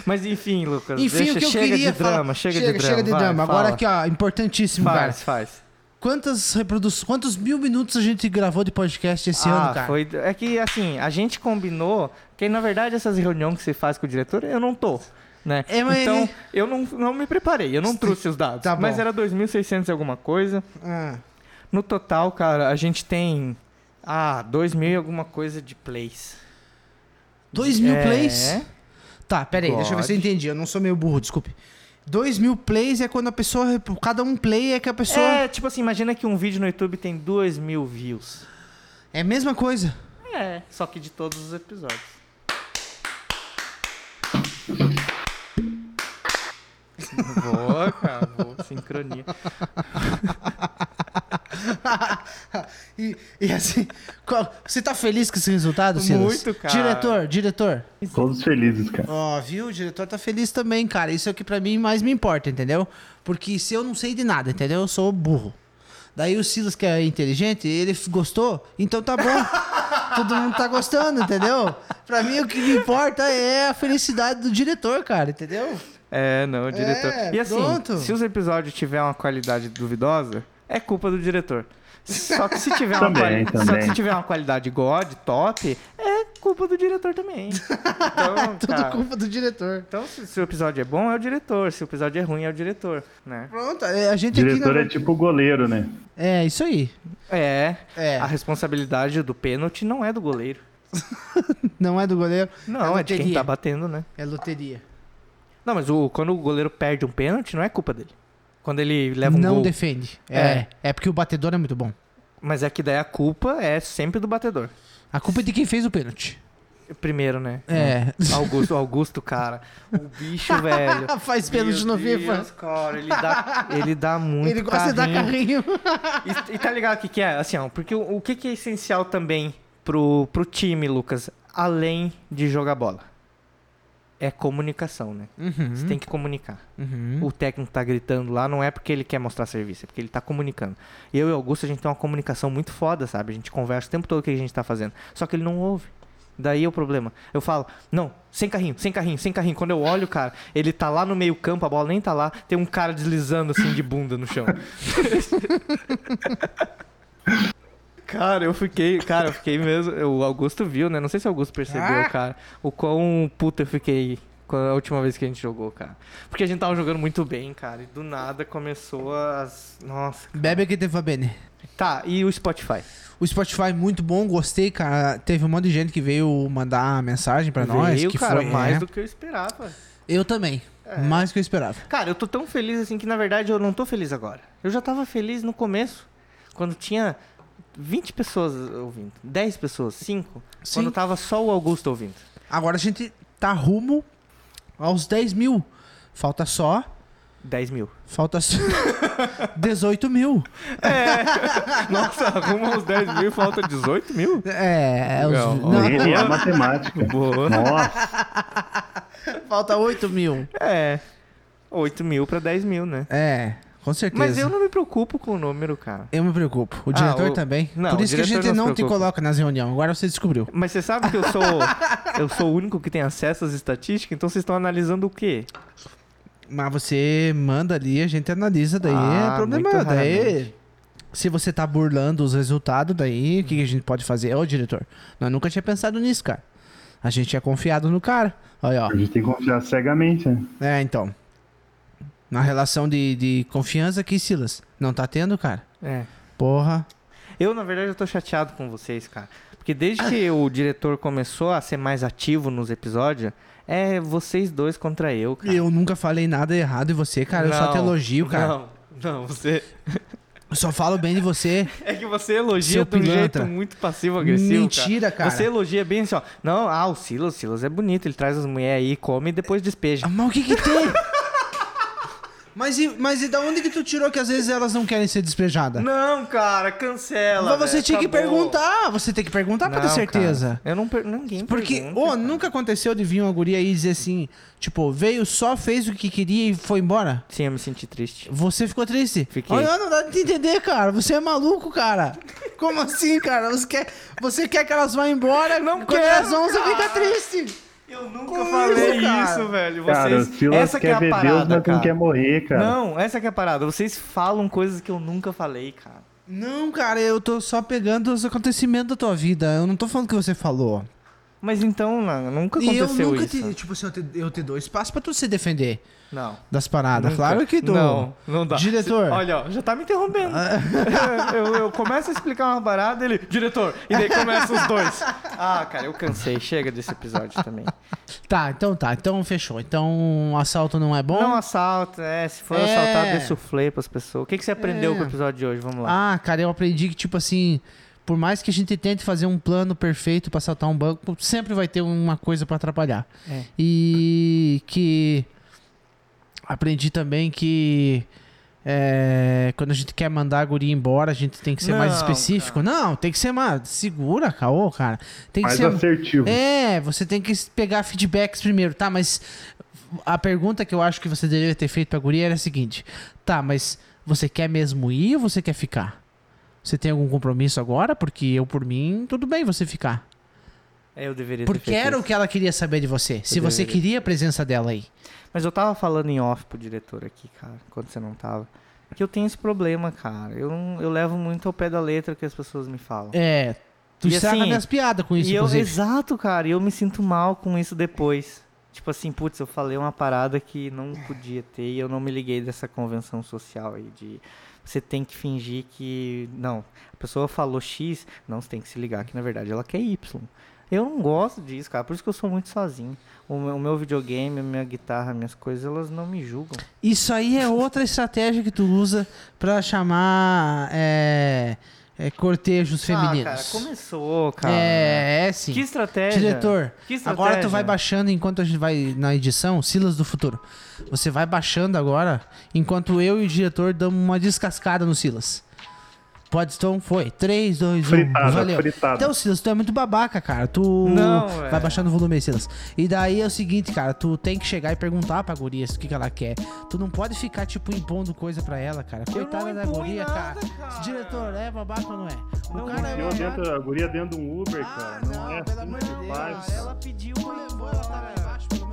S2: mas enfim, Lucas.
S1: Enfim,
S2: deixa-
S1: o que eu
S2: chega
S1: queria
S2: de drama,
S1: falar-
S2: chega,
S1: chega
S2: de drama. vai,
S1: Agora
S2: fala.
S1: aqui, ó, importantíssimo, cara.
S2: Faz, faz.
S1: Quantas reproduções, quantos mil minutos a gente gravou de podcast esse
S2: ah,
S1: ano, cara?
S2: foi. É que assim, a gente combinou. Que na verdade essas reuniões que você faz com o diretor, eu não tô. Né?
S1: É, mas-
S2: Então, eu não, não me preparei, eu não trouxe os dados.
S1: Tá bom.
S2: mas era 2.600 e alguma coisa.
S1: Ah,
S2: No total, cara, a gente tem. Ah, 2.000 e alguma coisa de plays.
S1: dois mil
S2: É.
S1: plays? Tá, pera aí, deixa eu ver se eu
S2: God.
S1: entendi. Eu não sou meio burro, desculpe. Dois mil plays é quando a pessoa. rep- Cada um play é que a pessoa. É,
S2: É, tipo assim, imagina que um vídeo no YouTube tem 2.000 views.
S1: a mesma coisa.
S2: É, só que de todos os episódios. boa, cara, boa sincronia.
S1: E, e assim. qual- você tá feliz com esse resultado, Silas?
S2: Muito, cara.
S1: Diretor, diretor.
S3: Todos felizes, cara.
S1: Ó, viu? O diretor tá feliz também, cara. Isso é o que pra mim mais me importa, entendeu? Porque se eu não sei de nada, entendeu? Eu sou burro. Daí o Silas, que é inteligente, ele f- gostou, então tá bom. Todo mundo tá gostando, entendeu? Pra mim o que me importa é a felicidade do diretor, cara, entendeu?
S2: É, não, o diretor.
S1: É,
S2: e assim,
S1: pronto.
S2: se os episódios tiver uma qualidade duvidosa, é culpa do diretor. Só que se tiver uma, quali-
S3: Também,
S2: só que
S3: também.
S2: se tiver uma qualidade god, top, é culpa do diretor também. Então,
S1: Tudo
S2: cara,
S1: culpa do diretor.
S2: então se, se o episódio é bom, é o diretor. Se o episódio é ruim, é o diretor, né?
S1: Pronto, é, a gente aqui.
S3: Diretor
S1: na-
S3: é tipo goleiro, né?
S1: É, isso aí.
S2: É,
S1: É.
S2: a responsabilidade do pênalti não é do goleiro.
S1: Não é do goleiro.
S2: Não, é, de quem
S1: loteria.
S2: tá batendo, né?
S1: É loteria.
S2: Não, mas o, quando o goleiro perde um pênalti, não é culpa dele. Quando ele leva um
S1: não
S2: gol.
S1: defende. É, é. porque o batedor é muito bom.
S2: Mas é que daí a culpa é sempre do batedor.
S1: A culpa é de quem fez o pênalti.
S2: Primeiro, né?
S1: É. Ah,
S2: Augusto, Augusto, cara. O bicho, velho.
S1: Faz pênalti no
S2: Meu
S1: FIFA.
S2: Deus, cara, ele dá, ele dá muito
S1: Ele gosta de dar carrinho.
S2: E, e tá ligado o que que é? Assim, ó, porque o, o que que é essencial também pro, pro time, Lucas, além de jogar bola? é comunicação, né?
S1: Uhum.
S2: Você tem que comunicar.
S1: Uhum.
S2: O técnico tá gritando lá, não é porque ele quer mostrar serviço, é porque ele tá comunicando. Eu e o Augusto, a gente tem uma comunicação muito foda, sabe? A gente conversa o tempo todo o que a gente tá fazendo. Só que ele não ouve. Daí é o problema. Eu falo, não, sem carrinho, sem carrinho, sem carrinho. Quando eu olho, cara, ele tá lá no meio campo, a bola nem tá lá, tem um cara deslizando assim de bunda no chão. Cara, eu fiquei, cara, eu fiquei mesmo. O Augusto viu, né? Não sei se o Augusto percebeu,
S1: Ah!
S2: cara, o quão puto eu fiquei quando- a última vez que a gente jogou, cara. Porque a gente tava jogando muito bem, cara, e do nada começou as. Nossa.
S1: Bebe aqui teve a Bene.
S2: Tá, e o Spotify?
S1: O Spotify é muito bom, gostei, cara. Teve um monte de gente que veio mandar mensagem pra nós,
S2: Veio,
S1: que
S2: cara,
S1: foi
S2: mais
S1: é.
S2: do que É. eu esperava.
S1: Eu também, mais do que eu esperava.
S2: Cara, eu tô tão feliz assim que na verdade eu não tô feliz agora. Eu já tava feliz no começo, quando tinha 20 pessoas ouvindo, 10 pessoas, 5,
S1: Sim.
S2: quando tava só o Augusto ouvindo.
S1: Agora a gente tá rumo aos 10 mil. Falta só.
S2: 10 mil.
S1: Falta só 18 mil.
S2: Nossa, arruma uns 10 mil e falta 18 mil?
S1: É, é os-
S2: Não,
S1: não,
S3: Ele é matemático.
S2: Boa.
S3: Nossa,
S1: falta 8 mil.
S2: É. 8 mil pra 10 mil, né?
S1: É, com certeza.
S2: Mas eu não me preocupo com o número, cara.
S1: Eu me preocupo. O
S2: Ah,
S1: diretor
S2: o-
S1: também.
S2: Não,
S1: Por
S2: o
S1: isso que a
S2: diretor
S1: gente
S2: não se
S1: não te
S2: preocupa.
S1: coloca nas reuniões. Agora você descobriu.
S2: Mas você sabe que eu sou eu sou o único que tem acesso às estatísticas, então vocês estão analisando o quê?
S1: Mas você manda ali, a gente analisa, daí
S2: Ah,
S1: é problema.
S2: muito
S1: Daí,
S2: raramente.
S1: se você tá burlando os resultados, daí o que, que a gente pode fazer? Ô, diretor, nós nunca tinha pensado nisso, cara. A gente é confiado no cara. Olha, ó.
S3: a gente tem que confiar cegamente, né?
S1: É, então. Na relação de, de confiança aqui, Silas. Não tá tendo, cara?
S2: É.
S1: Porra.
S2: Eu, na verdade, eu tô chateado com vocês, cara. Porque desde que o diretor começou a ser mais ativo nos episódios, é vocês dois contra eu, cara.
S1: Eu nunca falei nada errado e você, cara. eu só te
S2: Não,
S1: elogio, cara.
S2: Não, não, você.
S1: Eu só falo bem de você.
S2: É que você elogia
S1: Seu
S2: de um
S1: pilantra.
S2: jeito muito passivo-agressivo.
S1: Mentira, cara.
S2: Você elogia bem assim, ó. Não, ah, o Silas, o Silas é bonito, ele traz as mulheres aí, come e depois despeja.
S1: Ah, Mas o que que tem? mas, e, mas e da onde que tu tirou que às vezes elas não querem ser despejadas?
S2: Não, né, cara, cancela.
S1: mas você tinha que perguntar. Você tem que perguntar pra ter certeza.
S2: eu não per... ninguém
S1: Porque,
S2: pergunta,
S1: ô,
S2: cara.
S1: nunca aconteceu de vir uma guria aí e dizer assim, tipo, veio só, fez o que queria e foi embora?
S2: Sim, eu me senti triste.
S1: Você ficou triste?
S2: Fiquei.
S1: Olha, não dá de entender, cara. Você é maluco, cara. Como assim, cara? Você quer, você quer que elas vão embora? Não Quando
S2: quero, Ah.
S1: elas vão, você
S2: cara.
S1: fica triste.
S2: Eu nunca
S1: Como
S2: falei
S1: isso, cara?
S2: isso, velho. Vocês...
S3: Cara, o Silas
S2: essa que
S3: quer
S2: é a
S3: ver
S2: parada,
S3: Deus, mas
S2: cara.
S3: não quer morrer, cara.
S2: Não, essa que é a parada. Vocês falam coisas que eu nunca falei, cara.
S1: Não, cara, eu tô só pegando os acontecimentos da tua vida. Eu não tô falando que você falou.
S2: Mas então, não, nunca
S1: E eu
S2: aconteceu
S1: nunca
S2: isso.
S1: te, tipo assim, eu te, eu te dou espaço pra tu se defender
S2: Não.
S1: das paradas.
S2: Nunca.
S1: Claro que dou.
S2: Não, não dá.
S1: Diretor.
S2: Se- Olha, ó, já tá me interrompendo. eu, eu começo a explicar uma parada, ele, diretor, e daí começa os dois. Ah, cara, eu cansei. Chega desse episódio também.
S1: Tá, então tá. Então fechou. Então assalto não é bom?
S2: Não assalta, é. Se for
S1: É.
S2: assaltado, dê suflê pras pessoas. O que, que você aprendeu com o episódio de hoje? Vamos lá.
S1: Ah, cara, eu aprendi que, tipo assim, por mais que a gente tente fazer um plano perfeito pra assaltar um banco, sempre vai ter uma coisa pra atrapalhar.
S2: É.
S1: E que aprendi também que é, quando a gente quer mandar a guria embora, a gente tem que ser mais
S2: Não,
S1: específico. Não, tem que ser mais segura, caô, cara. Tem que
S3: Mais
S2: um-
S1: ser
S3: assertivo.
S1: é, você tem que pegar feedbacks primeiro, tá? Mas a pergunta que eu acho que você deveria ter feito pra guria era a seguinte: tá, mas você quer mesmo ir ou você quer ficar? Você tem algum compromisso agora? Porque eu, por mim, tudo bem você ficar.
S2: É, Eu deveria ter
S1: Porque
S2: feito
S1: era
S2: isso.
S1: o que ela queria saber de você. Se você
S2: deveria.
S1: queria a presença dela aí.
S2: Mas eu tava falando em off pro diretor aqui, cara, quando você não tava. Que eu tenho esse problema, cara. Eu, não- eu levo muito ao pé da letra o que as pessoas me falam.
S1: É. Tu
S2: E
S1: estraga
S2: assim,
S1: minhas piadas com isso,
S2: e eu,
S1: inclusive.
S2: exato, cara, e eu me sinto mal com isso depois. Tipo assim, putz, eu falei uma parada que não podia ter e eu não me liguei dessa convenção social aí de você tem que fingir que não, a pessoa falou X, não, você tem que se ligar que na verdade ela quer Y. Eu não gosto disso, cara, por isso que eu sou muito sozinho. O meu, o meu videogame, a minha guitarra, minhas coisas, elas não me julgam.
S1: Isso aí é outra estratégia que tu usa pra chamar é, é, cortejos
S2: Ah, cara,
S1: femininos.
S2: começou, cara.
S1: É, é sim.
S2: Que estratégia.
S1: Diretor,
S2: Que estratégia?
S1: agora tu vai baixando enquanto a gente vai na edição, Silas do Futuro. Você vai baixando agora, enquanto eu e o diretor damos uma descascada no Silas. Podstone foi. 3, 2, 1.
S3: Fritada,
S1: valeu.
S3: fritada.
S1: Então, Silas, tu é muito babaca, cara. Tu
S2: Não, é.
S1: vai
S2: velho.
S1: baixando o volume aí, Silas. E daí é o seguinte, cara, tu tem que chegar e perguntar pra guria o que, que ela quer. Tu não pode ficar, tipo, impondo coisa pra ela, cara. Coitada da
S2: imponho
S1: guria,
S2: nada,
S1: cara.
S2: cara.
S1: Diretor, é babaca ou não é? O
S2: Não
S1: cara
S2: é.
S1: é,
S3: Eu
S1: uma
S3: dentro,
S1: jata.
S3: a guria dentro de um Uber, cara.
S1: Ah, não,
S3: é
S1: pelo
S3: assim
S1: amor
S3: que
S1: de Deus.
S3: faz.
S1: Ela
S2: pediu
S1: Pô, levou, ela tá lá embaixo, pô. tá